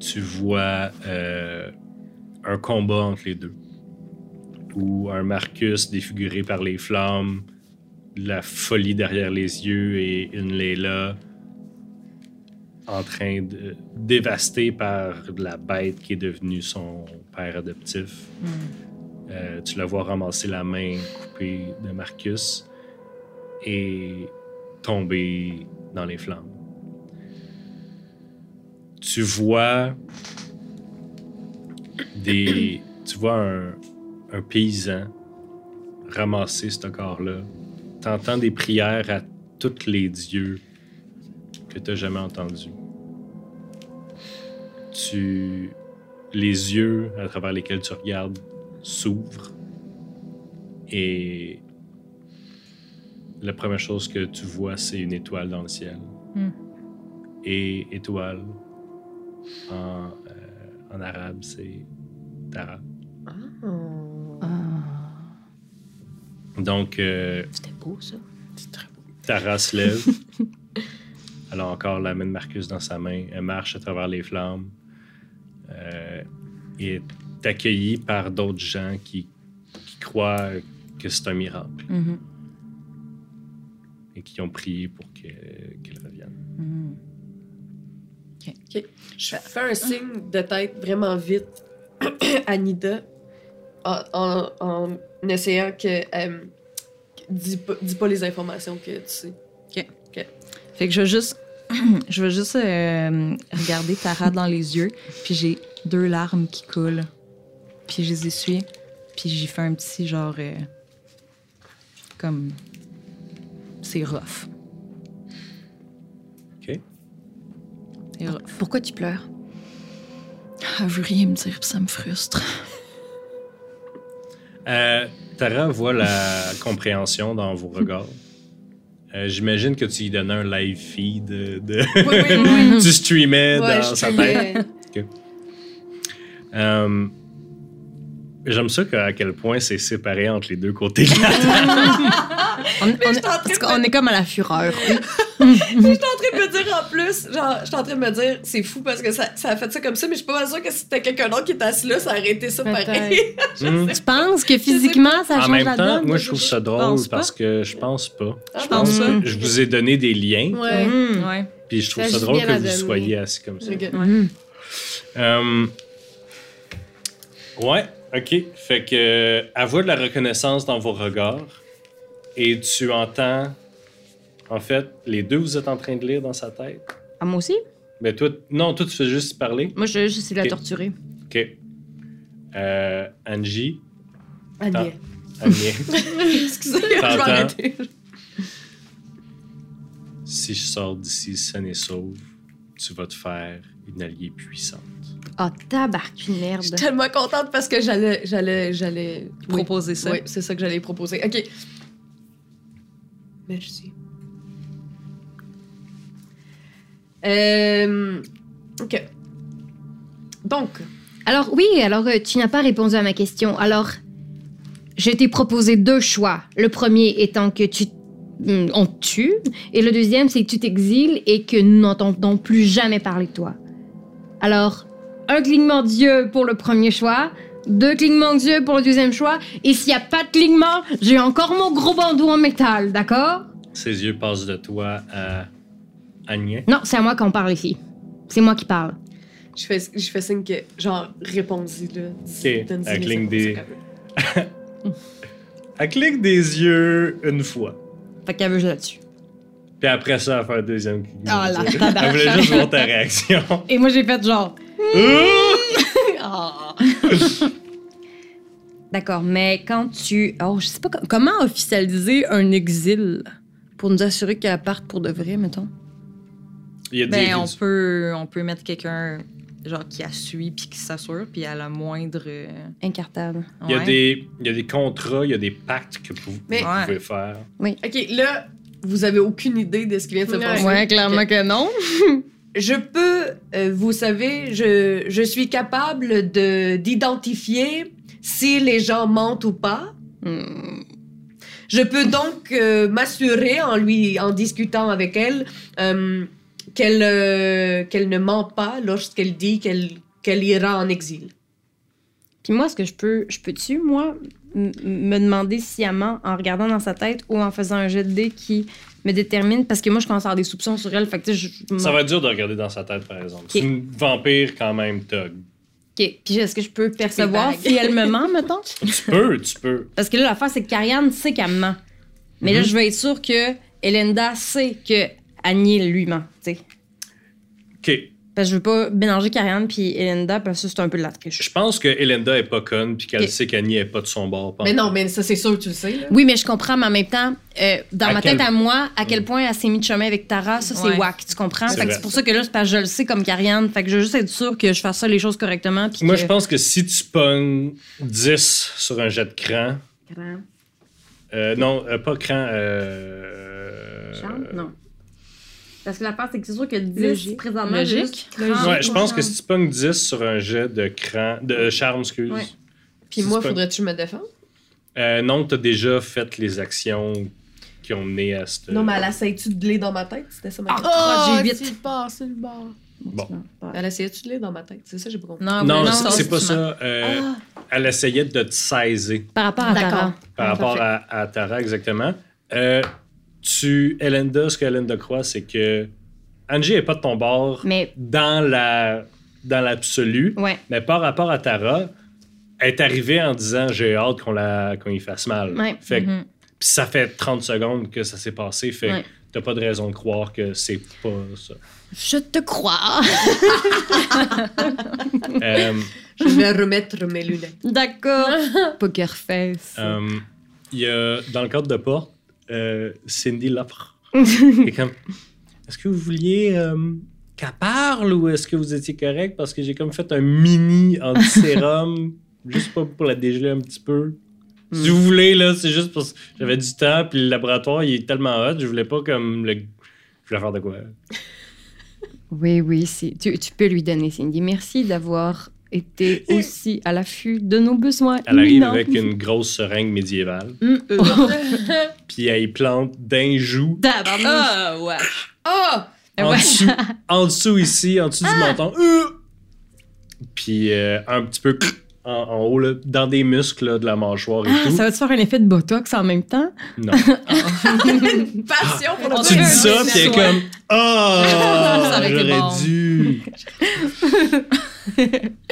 [SPEAKER 1] Tu vois euh, un combat entre les deux. Ou un Marcus défiguré par les flammes, la folie derrière les yeux et une Leila en train de dévastée par la bête qui est devenue son père adoptif. Euh, tu la vois ramasser la main coupée de Marcus et tomber dans les flammes. Tu vois des. Tu vois un, un paysan ramasser ce corps-là. T'entends des prières à tous les dieux que t'as jamais entendus. Tu les yeux à travers lesquels tu regardes s'ouvrent et la première chose que tu vois, c'est une étoile dans le ciel.
[SPEAKER 2] Hmm.
[SPEAKER 1] Et étoile, en, euh, en arabe, c'est Tara.
[SPEAKER 4] Oh.
[SPEAKER 6] Ah.
[SPEAKER 1] Donc, euh,
[SPEAKER 6] C'était beau, ça.
[SPEAKER 1] Tara se lève. Elle a encore la main de Marcus dans sa main. Elle marche à travers les flammes. Euh, et est accueillie par d'autres gens qui, qui croient que c'est un miracle
[SPEAKER 2] Mhm.
[SPEAKER 1] et qui ont prié pour que- qu'elle revienne.
[SPEAKER 2] Mhm.
[SPEAKER 4] Je fais un signe de tête vraiment vite à Nida en, en- en essayant que. euh, que- dis, pas, dis pas les informations que tu sais.
[SPEAKER 2] Fait que je veux juste, je veux juste euh, regarder Tara dans les yeux, puis j'ai deux larmes qui coulent, puis je les essuie, puis j'ai fait un petit genre euh, comme c'est rough.
[SPEAKER 1] Ok.
[SPEAKER 2] C'est rough.
[SPEAKER 6] Pourquoi tu pleures?
[SPEAKER 2] Elle veut rien me dire, puis ça me frustre.
[SPEAKER 1] Euh, Tara voit la compréhension dans vos regards. Euh, J'imagine que tu lui donnais un live feed de. de-
[SPEAKER 4] Oui, oui, oui.
[SPEAKER 1] tu streamais
[SPEAKER 4] Ouais,
[SPEAKER 1] dans
[SPEAKER 4] je
[SPEAKER 1] sa tête.
[SPEAKER 4] fais-
[SPEAKER 1] Euh, J'aime ça que- à quel point c'est séparé entre les deux côtés.
[SPEAKER 6] On, on-
[SPEAKER 4] je suis en train
[SPEAKER 6] parce
[SPEAKER 4] de-
[SPEAKER 6] qu'on est comme à la fureur.
[SPEAKER 4] Je suis en train de me dire en plus, genre, je suis en train de me dire, c'est fou parce que ça, ça a fait ça comme ça, mais je suis pas mal sûre que si c'était quelqu'un d'autre qui était assis là, ça aurait été ça pareil.
[SPEAKER 1] Hmm.
[SPEAKER 6] tu penses que physiquement, ça
[SPEAKER 1] En
[SPEAKER 6] change
[SPEAKER 1] même
[SPEAKER 6] la
[SPEAKER 1] temps,
[SPEAKER 6] donne?
[SPEAKER 1] moi, je trouve ça drôle
[SPEAKER 2] pense pas.
[SPEAKER 1] parce que je pense pas.
[SPEAKER 4] Ah
[SPEAKER 1] Je
[SPEAKER 4] bon?
[SPEAKER 1] pense
[SPEAKER 3] Mm.
[SPEAKER 2] Mhm.
[SPEAKER 1] que je vous ai donné des liens,
[SPEAKER 5] Ouais.
[SPEAKER 4] Mm.
[SPEAKER 6] Mhm.
[SPEAKER 2] Ouais.
[SPEAKER 1] puis je trouve
[SPEAKER 5] Ça
[SPEAKER 1] ça
[SPEAKER 5] agit
[SPEAKER 1] drôle
[SPEAKER 5] bien
[SPEAKER 1] que
[SPEAKER 5] à
[SPEAKER 1] vous
[SPEAKER 5] donner.
[SPEAKER 1] soyez assis comme ça.
[SPEAKER 4] Ok.
[SPEAKER 6] Mhm.
[SPEAKER 1] Euh, ouais, ok. Fait que euh, elle voit de la reconnaissance dans vos regards et tu entends. En fait, les deux, vous êtes en train de lire dans sa tête.
[SPEAKER 6] Ah, moi aussi?
[SPEAKER 1] Mais toi, non, toi, tu fais juste parler.
[SPEAKER 6] Moi, je- j'essaie de la
[SPEAKER 1] Ok.
[SPEAKER 6] torturer.
[SPEAKER 1] Ok. Euh, Angie,
[SPEAKER 4] Allez.
[SPEAKER 1] Agnès,
[SPEAKER 4] Excusez, je vais
[SPEAKER 1] T'entends?
[SPEAKER 4] arrêter.
[SPEAKER 1] si je sors d'ici saine et sauve, tu vas te faire une alliée puissante.
[SPEAKER 6] Ah, tabarque, une
[SPEAKER 4] Je
[SPEAKER 6] merde.
[SPEAKER 4] suis tellement contente parce que j'allais, j'allais, j'allais oui.
[SPEAKER 2] Proposer ça.
[SPEAKER 4] Oui, c'est ça que j'allais proposer. OK. Merci. Euh, OK. Donc,
[SPEAKER 6] Alors oui, alors euh, tu n'as pas répondu à ma question. Alors, je t'ai proposé deux choix. Le premier étant que tu hum, on te tue, et le deuxième c'est que tu t'exiles et que nous n'entendons plus jamais parler de toi. Alors, un clignement d'yeux pour le premier choix, deux clignements d'yeux pour le deuxième choix, et s'il n'y a pas de clignement, j'ai encore mon gros bandeau en métal, d'accord
[SPEAKER 1] Ses yeux passent de toi à Agnès.
[SPEAKER 6] Non, c'est à moi qu'on parle ici. C'est moi qui parle.
[SPEAKER 4] je fais, je fais signe que, genre, réponds-y, là.
[SPEAKER 1] Ok, elle cligne des- Elle clique des yeux une fois.
[SPEAKER 6] Fait qu'elle veut jouer là-dessus.
[SPEAKER 1] Puis après ça, elle fait un deuxième clic.
[SPEAKER 6] Ah, la
[SPEAKER 1] Elle voulait juste voir ta réaction.
[SPEAKER 6] Et moi j'ai fait genre.
[SPEAKER 1] Ah!
[SPEAKER 6] D'accord, mais quand tu. Oh, je sais pas co- comment officialiser un exil pour nous assurer qu'elle parte pour de vrai, mettons.
[SPEAKER 1] Il y a des
[SPEAKER 2] Ben, on peut, on peut mettre quelqu'un genre qui a suivi puis qui s'assure puis à la moindre. euh,
[SPEAKER 6] Incartable.
[SPEAKER 1] Il y, a
[SPEAKER 2] ouais.
[SPEAKER 1] des, il y a des contrats, il y a des pactes que vous,
[SPEAKER 4] Mais-
[SPEAKER 1] vous
[SPEAKER 2] Ouais.
[SPEAKER 1] pouvez faire.
[SPEAKER 4] OK, là, vous avez aucune idée de ce qui vient de se
[SPEAKER 5] Ouais.
[SPEAKER 4] passer.
[SPEAKER 6] clairement que non.
[SPEAKER 4] Je peux, euh, vous savez, je, je suis capable de d'identifier si les gens mentent ou pas.
[SPEAKER 6] Hmm.
[SPEAKER 4] Je peux donc euh, m'assurer en lui, en discutant avec elle, euh, qu'elle euh, qu'elle ne ment pas lorsqu'elle dit qu'elle qu'elle ira en exil.
[SPEAKER 6] Puis moi, est-ce que je peux. Je peux-tu, moi, m- me demander sciemment en regardant dans sa tête ou en faisant un jet de dés qui me détermine? Parce que moi, je commence à avoir des soupçons sur elle. Fait que tu sais, je.
[SPEAKER 1] Ça va être dur de regarder dans sa tête, par exemple. C'est
[SPEAKER 6] Ok.
[SPEAKER 1] une vampire quand même, Tog.
[SPEAKER 6] OK. Puis est-ce que je peux percevoir
[SPEAKER 4] Feedback.
[SPEAKER 6] si elle me ment, mettons?
[SPEAKER 1] Tu peux, tu peux.
[SPEAKER 6] Parce que là, l'affaire, c'est que Karianne sait qu'elle me ment. Mais là,
[SPEAKER 1] Mhm.
[SPEAKER 6] je veux être sûre que Elenda sait que Annie lui ment. tu sais.
[SPEAKER 1] OK.
[SPEAKER 6] Parce que je veux pas mélanger Karianne puis Elenda parce que ça, c'est un peu de la triche.
[SPEAKER 1] Je pense que Elenda est pas conne puis qu'elle
[SPEAKER 6] Ok.
[SPEAKER 1] sait qu'Annie est pas de son bord.
[SPEAKER 4] Mais non, mais ça, c'est sûr, tu le sais. là.
[SPEAKER 6] Oui, mais je comprends, mais en même temps, euh, dans
[SPEAKER 1] À
[SPEAKER 6] ma
[SPEAKER 1] quel-
[SPEAKER 6] tête à moi, à quel point elle s'est mise de chemin avec Tara, ça, c'est
[SPEAKER 3] Ouais.
[SPEAKER 6] whack, tu comprends?
[SPEAKER 1] C'est
[SPEAKER 6] Fait que
[SPEAKER 1] vrai.
[SPEAKER 6] c'est pour ça que là, c'est parce que je le sais comme Karianne. Fait que je veux juste être sûre que je fasse ça les choses correctement. puis
[SPEAKER 1] Moi,
[SPEAKER 6] que-
[SPEAKER 1] je pense que si tu pognes 10 sur un jet de cran, euh, non, euh, pas cran, euh,
[SPEAKER 7] Charme? Non. Parce que la part, c'est que c'est sûr que 10
[SPEAKER 5] Logique.
[SPEAKER 7] présentement. j'ai
[SPEAKER 3] Logique.
[SPEAKER 7] juste 30
[SPEAKER 1] Ouais, je pense que
[SPEAKER 7] charme.
[SPEAKER 1] si tu pognes 10 sur un jet de cran, de euh, charme, excuse.
[SPEAKER 7] Ouais.
[SPEAKER 4] Puis
[SPEAKER 1] Si
[SPEAKER 4] moi,
[SPEAKER 1] tu
[SPEAKER 4] faudrait-tu me défendre?
[SPEAKER 1] pognes- Euh, non, t'as déjà fait les actions qui ont mené à cette.
[SPEAKER 4] Non, mais elle essayait-tu de l'aider dans ma tête? C'était ça ma question.
[SPEAKER 5] Oh,
[SPEAKER 6] j'ai huit.
[SPEAKER 5] c'est le bord, c'est le bord.
[SPEAKER 4] Elle essayait-tu de l'aider dans ma tête? C'est ça, j'ai pas compris.
[SPEAKER 6] Non,
[SPEAKER 1] non,
[SPEAKER 6] ouais,
[SPEAKER 1] c'est-
[SPEAKER 6] ça,
[SPEAKER 1] c'est pas
[SPEAKER 6] tu
[SPEAKER 1] ça. Euh,
[SPEAKER 7] Ah.
[SPEAKER 1] Elle essayait de te saisir.
[SPEAKER 6] Par rapport à
[SPEAKER 7] D'accord.
[SPEAKER 6] Tara.
[SPEAKER 1] par rapport à, à Tara, exactement. Euh, tu, Elenda, ce que Elenda croit, c'est que Angie est pas de ton bord
[SPEAKER 6] Mais,
[SPEAKER 1] dans la dans l'absolu,
[SPEAKER 6] ouais.
[SPEAKER 1] mais par rapport à Tara, elle est arrivée en disant j'ai hâte qu'on la qu'on y fasse mal.
[SPEAKER 6] Ouais. Mm-hmm.
[SPEAKER 1] Fait que-
[SPEAKER 2] Mhm.
[SPEAKER 1] Puis ça fait 30 secondes que ça s'est passé, fait
[SPEAKER 6] Ouais.
[SPEAKER 1] que t'as pas de raison de croire que c'est pas ça.
[SPEAKER 6] Je te crois.
[SPEAKER 1] Euh,
[SPEAKER 4] Je vais remettre mes lunettes.
[SPEAKER 6] D'accord. Poker face.
[SPEAKER 1] euh, il y a, dans le cadre de porte, euh, Cindy l'offre. Et comme, est-ce que vous vouliez euh, qu'elle parle ou est-ce que vous étiez correct? Parce que j'ai comme fait un mini anti-sérum, juste pas pour la dégeler un petit peu. Si vous voulez, là, c'est juste parce que j'avais du temps, puis le laboratoire, il est tellement hot, je voulais pas comme le... Je voulais faire de quoi?
[SPEAKER 6] Oui, oui, c'est- tu, tu peux lui donner, Cindy. Merci d'avoir été aussi à l'affût de nos besoins.
[SPEAKER 1] Elle arrive
[SPEAKER 6] imminents.
[SPEAKER 1] avec une Oh. grosse seringue médiévale,
[SPEAKER 6] Mm.
[SPEAKER 1] puis elle y plante d'un joue,
[SPEAKER 6] Ah, ouais.
[SPEAKER 4] Oh!
[SPEAKER 1] en,
[SPEAKER 6] Ouais. Ah.
[SPEAKER 1] dessous, en dessous ici, en dessous du menton, euh, puis euh, un petit peu en, en haut, là, dans des muscles là, de la mâchoire et
[SPEAKER 6] Ah,
[SPEAKER 1] tout.
[SPEAKER 6] ça va te faire un effet de botox en même temps?
[SPEAKER 1] Non.
[SPEAKER 4] Une passion pour
[SPEAKER 6] On
[SPEAKER 4] le
[SPEAKER 1] tu dis
[SPEAKER 6] dirait un
[SPEAKER 1] ça, puis elle est comme
[SPEAKER 6] Ça
[SPEAKER 1] Ah,
[SPEAKER 6] aurait été
[SPEAKER 1] j'aurais
[SPEAKER 6] bon.
[SPEAKER 1] dû.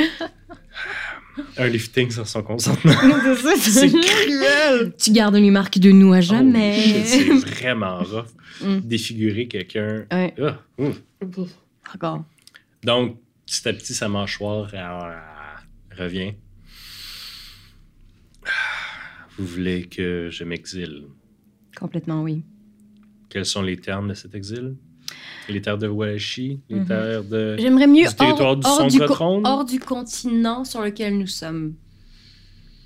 [SPEAKER 1] Un lifting sans son consentement. C'est Ah cruel.
[SPEAKER 6] Tu gardes une marque de nous à jamais.
[SPEAKER 1] Holy shit, C'est vraiment rough.
[SPEAKER 6] Mm.
[SPEAKER 1] Défigurer quelqu'un.
[SPEAKER 6] Ouais.
[SPEAKER 1] Ah, ouf.
[SPEAKER 6] Encore.
[SPEAKER 1] Donc, petit à petit, sa mâchoire elle, elle revient. Ah, Vous voulez que je m'exile?
[SPEAKER 6] Complètement, oui.
[SPEAKER 1] Quels sont les termes de cet exil? Les terres de Wallachie? Les
[SPEAKER 2] Mhm.
[SPEAKER 1] terres de...
[SPEAKER 6] J'aimerais mieux
[SPEAKER 1] Euh, Du territoire du son
[SPEAKER 6] co-
[SPEAKER 1] cotrone.
[SPEAKER 6] hors du continent sur lequel nous sommes.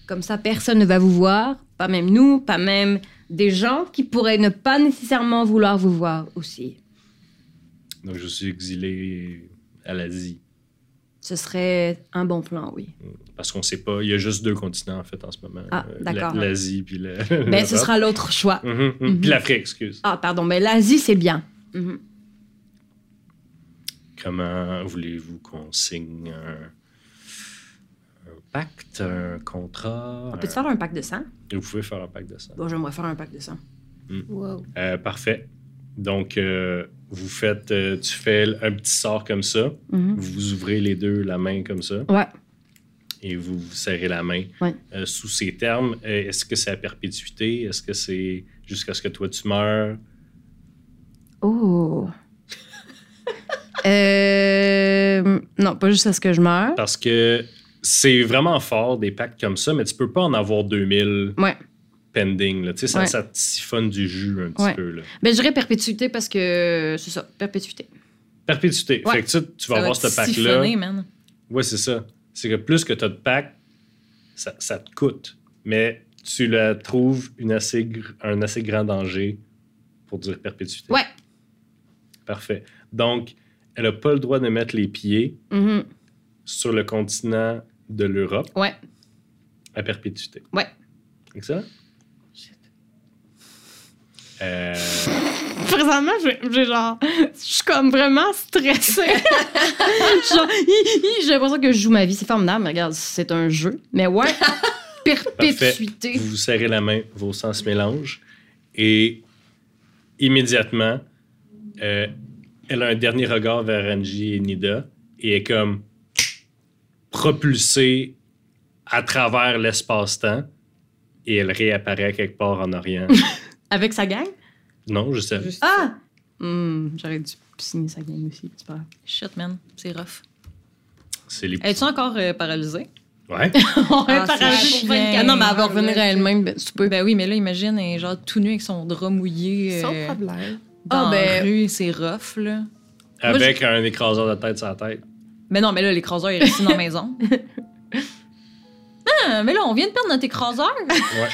[SPEAKER 6] Comme ça, personne ne va vous voir, pas même nous, pas même des gens qui pourraient ne pas nécessairement vouloir vous voir aussi.
[SPEAKER 1] Donc, je suis exilé à l'Asie.
[SPEAKER 6] Ce serait un bon plan, oui.
[SPEAKER 1] Parce qu'on sait pas, il y a juste deux continents en fait en ce moment.
[SPEAKER 6] Ah,
[SPEAKER 1] Euh,
[SPEAKER 6] d'accord.
[SPEAKER 1] la- L'Asie puis le.
[SPEAKER 6] Mais ce sera l'autre choix.
[SPEAKER 1] Mhm, mhm.
[SPEAKER 6] Mhm.
[SPEAKER 1] Puis l'Afrique, excuse.
[SPEAKER 6] Ah, pardon, mais l'Asie, c'est bien. Mhm.
[SPEAKER 1] Comment voulez-vous qu'on signe un, un pacte, un contrat
[SPEAKER 6] On peut te
[SPEAKER 1] un-
[SPEAKER 6] faire un pack de sang?
[SPEAKER 1] Vous pouvez faire un pacte de ça.
[SPEAKER 6] Bon, j'aimerais faire un pack de sang.
[SPEAKER 1] Euh, parfait. Donc, euh, vous faites, euh, tu fais un petit sort comme ça.
[SPEAKER 6] Mhm.
[SPEAKER 1] Vous vous ouvrez les deux la main comme ça.
[SPEAKER 6] Ouais.
[SPEAKER 1] Et vous vous serrez la main.
[SPEAKER 6] Ouais.
[SPEAKER 1] Euh, sous ces termes, euh, est-ce que c'est à perpétuité? Est-ce que c'est jusqu'à ce que toi tu meurs?
[SPEAKER 6] Oh. Euh, non, pas juste à ce que je meure.
[SPEAKER 1] Parce que c'est vraiment fort des pactes comme ça, mais tu peux pas en avoir 2000
[SPEAKER 6] Ouais.
[SPEAKER 1] pending. Là. Tu sais, Ça,
[SPEAKER 6] Ouais.
[SPEAKER 1] ça te siphonne du jus un petit
[SPEAKER 6] Ouais.
[SPEAKER 1] peu. Là.
[SPEAKER 6] Ben, je dirais perpétuité parce que c'est ça, perpétuité.
[SPEAKER 1] Perpétuité.
[SPEAKER 6] Ouais.
[SPEAKER 1] Fait que tu, tu vas
[SPEAKER 3] Ça
[SPEAKER 1] avoir
[SPEAKER 3] va
[SPEAKER 1] ce
[SPEAKER 3] te
[SPEAKER 1] pack-là.
[SPEAKER 3] siphonner, man.
[SPEAKER 1] Oui, c'est ça. C'est que plus que tu as de pactes, ça, ça te coûte. Mais tu la trouves une assez, gr- un assez grand danger pour dire perpétuité.
[SPEAKER 6] Ouais.
[SPEAKER 1] Parfait. Donc, elle n'a pas le droit de mettre les pieds
[SPEAKER 6] Mhm.
[SPEAKER 1] sur le continent de l'Europe
[SPEAKER 6] Ouais.
[SPEAKER 1] à perpétuité.
[SPEAKER 6] Ouais.
[SPEAKER 1] Excellent. Euh,
[SPEAKER 6] Présentement, je- j'ai genre. Je suis comme vraiment stressée. Genre, hi, hi, j'ai l'impression que je joue ma vie. C'est formidable, mais regarde, c'est un jeu. Mais ouais, perpétuité.
[SPEAKER 1] vous vous serrez la main, vos sens mélangent. Et immédiatement, euh, elle a un dernier regard vers Angie et Nida et est comme propulsée à travers l'espace-temps et elle réapparaît quelque part en Orient.
[SPEAKER 6] Avec sa gang?
[SPEAKER 1] non, je sais.
[SPEAKER 6] Ah! Hmm, J'aurais dû signer sa game aussi, c'est pas grave.
[SPEAKER 3] Shit, man, c'est rough.
[SPEAKER 1] C'est les.
[SPEAKER 6] Es-tu encore euh, paralysée?
[SPEAKER 1] Ouais.
[SPEAKER 6] On est
[SPEAKER 3] Ah, c'est
[SPEAKER 6] paralysée pour
[SPEAKER 3] chiant.
[SPEAKER 6] 24 Non, mais elle va revenir à elle-même. Ben, tu peux.
[SPEAKER 3] Ben oui, mais là, imagine, elle est genre tout nu avec son drap mouillé
[SPEAKER 5] Sans
[SPEAKER 3] euh,
[SPEAKER 5] problème.
[SPEAKER 3] dans
[SPEAKER 6] Ah, ben-
[SPEAKER 3] la rue, c'est rough, là.
[SPEAKER 1] Avec un écraseur de tête sur la tête.
[SPEAKER 3] Mais non, mais là, l'écraseur est resté dans la maison. Ah, mais là, on vient de perdre notre écraseur.
[SPEAKER 1] Ouais.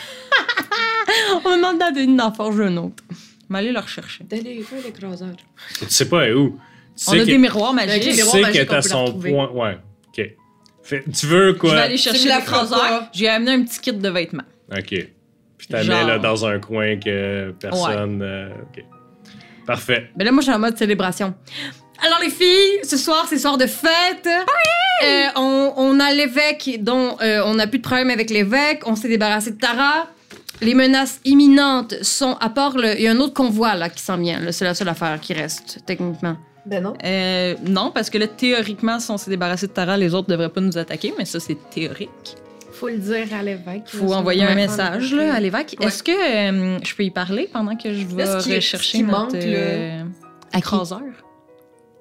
[SPEAKER 6] On me demande d'en donner une forge un autre.
[SPEAKER 3] On va aller le rechercher.
[SPEAKER 4] D'aller faire l'écraseur.
[SPEAKER 1] tu sais pas elle est où. Tu
[SPEAKER 3] On a
[SPEAKER 1] sais
[SPEAKER 3] des
[SPEAKER 1] qu'elle
[SPEAKER 3] miroirs magiques.
[SPEAKER 4] Avec les
[SPEAKER 1] tu
[SPEAKER 4] miroirs
[SPEAKER 1] sais
[SPEAKER 4] magiques,
[SPEAKER 1] qu'elle est
[SPEAKER 4] on
[SPEAKER 1] à
[SPEAKER 4] peut la
[SPEAKER 1] son
[SPEAKER 4] retrouver.
[SPEAKER 1] point. Ouais. OK. Fait- tu veux
[SPEAKER 3] Je vais
[SPEAKER 1] quoi?
[SPEAKER 3] aller chercher
[SPEAKER 4] me la feras
[SPEAKER 3] l'écraseur.
[SPEAKER 4] pas.
[SPEAKER 3] J'ai amené un petit kit de vêtements.
[SPEAKER 1] OK. Puis t'as
[SPEAKER 3] Genre.
[SPEAKER 1] mis là dans un coin que personne. euh, OK. Parfait.
[SPEAKER 6] Ben là, moi, je suis en mode célébration. Alors, les filles, ce soir, c'est soir de fête. Euh, on, on a l'évêque dont euh, on n'a plus de problème avec l'évêque. On s'est débarrassé de Tara. Les menaces imminentes sont à part le. Il y a un autre convoi là qui s'en vient. là. C'est la seule affaire qui reste, techniquement.
[SPEAKER 4] Ben non.
[SPEAKER 3] Euh, non, parce que là, théoriquement, si on s'est débarrassé de Tara, les autres devraient pas nous attaquer, mais ça, c'est théorique.
[SPEAKER 5] Faut le dire à l'évêque.
[SPEAKER 3] Faut envoyer un
[SPEAKER 5] Ouais.
[SPEAKER 3] message là, à l'évêque. Est-ce que euh, je peux y parler pendant que je vais
[SPEAKER 4] Là, ce qui- ce
[SPEAKER 3] rechercher
[SPEAKER 4] qui
[SPEAKER 3] notre
[SPEAKER 4] manque,
[SPEAKER 3] euh,
[SPEAKER 6] À qui?
[SPEAKER 3] écraseur?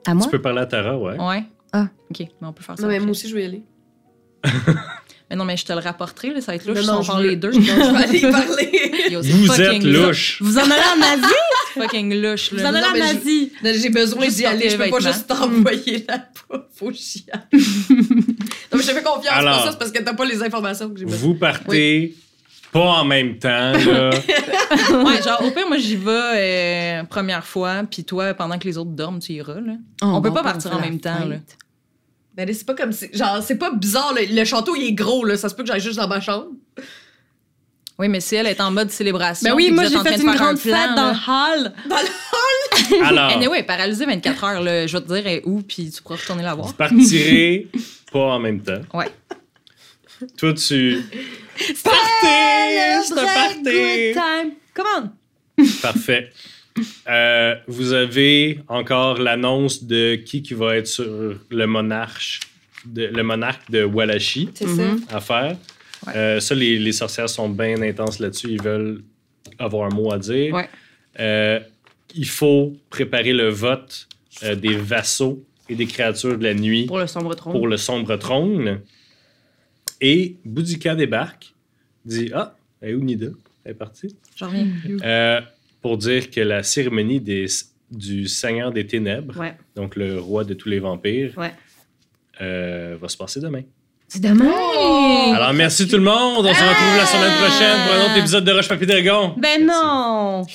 [SPEAKER 6] À moi?
[SPEAKER 1] Tu peux parler à Tara, ouais.
[SPEAKER 3] Ouais.
[SPEAKER 6] Ah.
[SPEAKER 3] OK, mais on peut faire ça.
[SPEAKER 4] Non, mais
[SPEAKER 3] après.
[SPEAKER 4] moi aussi, je vais y aller.
[SPEAKER 3] Mais non, mais je te le rapporterai, là, ça va être louche
[SPEAKER 4] Non,
[SPEAKER 3] si
[SPEAKER 4] non,
[SPEAKER 3] on
[SPEAKER 4] je
[SPEAKER 3] parle
[SPEAKER 4] veux-
[SPEAKER 3] les deux.
[SPEAKER 4] Non, je vais aller y parler.
[SPEAKER 3] Yo, c'est
[SPEAKER 1] Vous
[SPEAKER 3] fucking
[SPEAKER 1] êtes louche.
[SPEAKER 6] Vous en allez en Asie?
[SPEAKER 3] Fucking louche,
[SPEAKER 6] Vous
[SPEAKER 3] là.
[SPEAKER 6] en allez
[SPEAKER 4] Non, mais
[SPEAKER 6] en
[SPEAKER 4] je-
[SPEAKER 6] Asie?
[SPEAKER 4] Non, J'ai besoin
[SPEAKER 3] Juste
[SPEAKER 4] d'y aller. Je peux pas
[SPEAKER 3] porter
[SPEAKER 4] juste t'envoyer la pauvre au chien. non, mais je te fais confiance
[SPEAKER 1] Alors.
[SPEAKER 4] pour ça. C'est parce que t'as pas les informations que j'ai besoin.
[SPEAKER 1] Vous partez pas en même temps, là.
[SPEAKER 3] Ouais, genre, au pire, moi, j'y vais euh, première fois, puis toi, pendant que les autres dorment, tu iras, là.
[SPEAKER 6] Oh,
[SPEAKER 3] On peut pas partir en même temps, là.
[SPEAKER 4] Ben là, c'est pas comme si. Genre, c'est pas bizarre. Le, le château, il est gros, là. Ça se peut que j'aille juste dans ma chambre.
[SPEAKER 3] Oui, mais si elle est en mode célébration,
[SPEAKER 6] Ben
[SPEAKER 3] puis
[SPEAKER 6] oui,
[SPEAKER 3] que
[SPEAKER 6] moi,
[SPEAKER 3] vous êtes
[SPEAKER 6] j'ai
[SPEAKER 3] en train
[SPEAKER 6] fait
[SPEAKER 3] de
[SPEAKER 6] une
[SPEAKER 3] faire un
[SPEAKER 6] grande
[SPEAKER 3] plan,
[SPEAKER 6] fête
[SPEAKER 3] là.
[SPEAKER 6] dans le hall.
[SPEAKER 1] Alors,
[SPEAKER 3] Anyway, paralysée 24 heures, là, je vais te dire elle est où, puis tu pourras retourner la voir.
[SPEAKER 1] vous partirez pas en même temps.
[SPEAKER 3] Ouais.
[SPEAKER 1] Toi, tu. Partez! C'est un party!
[SPEAKER 6] time. Come on!
[SPEAKER 1] Parfait. Euh, vous avez encore l'annonce de qui qui va être sur le monarche, de- le monarque de Walachi
[SPEAKER 4] C'est ça.
[SPEAKER 1] à faire.
[SPEAKER 3] Ouais.
[SPEAKER 1] Euh, ça, les, les sorcières sont bien intenses là-dessus. Ils veulent avoir un mot à dire.
[SPEAKER 3] Ouais.
[SPEAKER 1] Euh, il faut préparer le vote euh, des vassaux et des créatures de la nuit
[SPEAKER 6] Pour le sombre trône.
[SPEAKER 1] pour le sombre trône. Et Boudika débarque, dit Ah, elle est où Nida Elle est partie.
[SPEAKER 3] Je reviens.
[SPEAKER 1] Euh, pour dire que la cérémonie des, du Seigneur des Ténèbres,
[SPEAKER 6] Ouais.
[SPEAKER 1] donc le roi de tous les vampires,
[SPEAKER 6] Ouais.
[SPEAKER 1] euh, va se passer demain.
[SPEAKER 6] C'est dommage. Oh!
[SPEAKER 1] Alors, merci tout le monde. On se retrouve la semaine prochaine pour un autre épisode de Roche Papier Dragon.
[SPEAKER 6] ben non.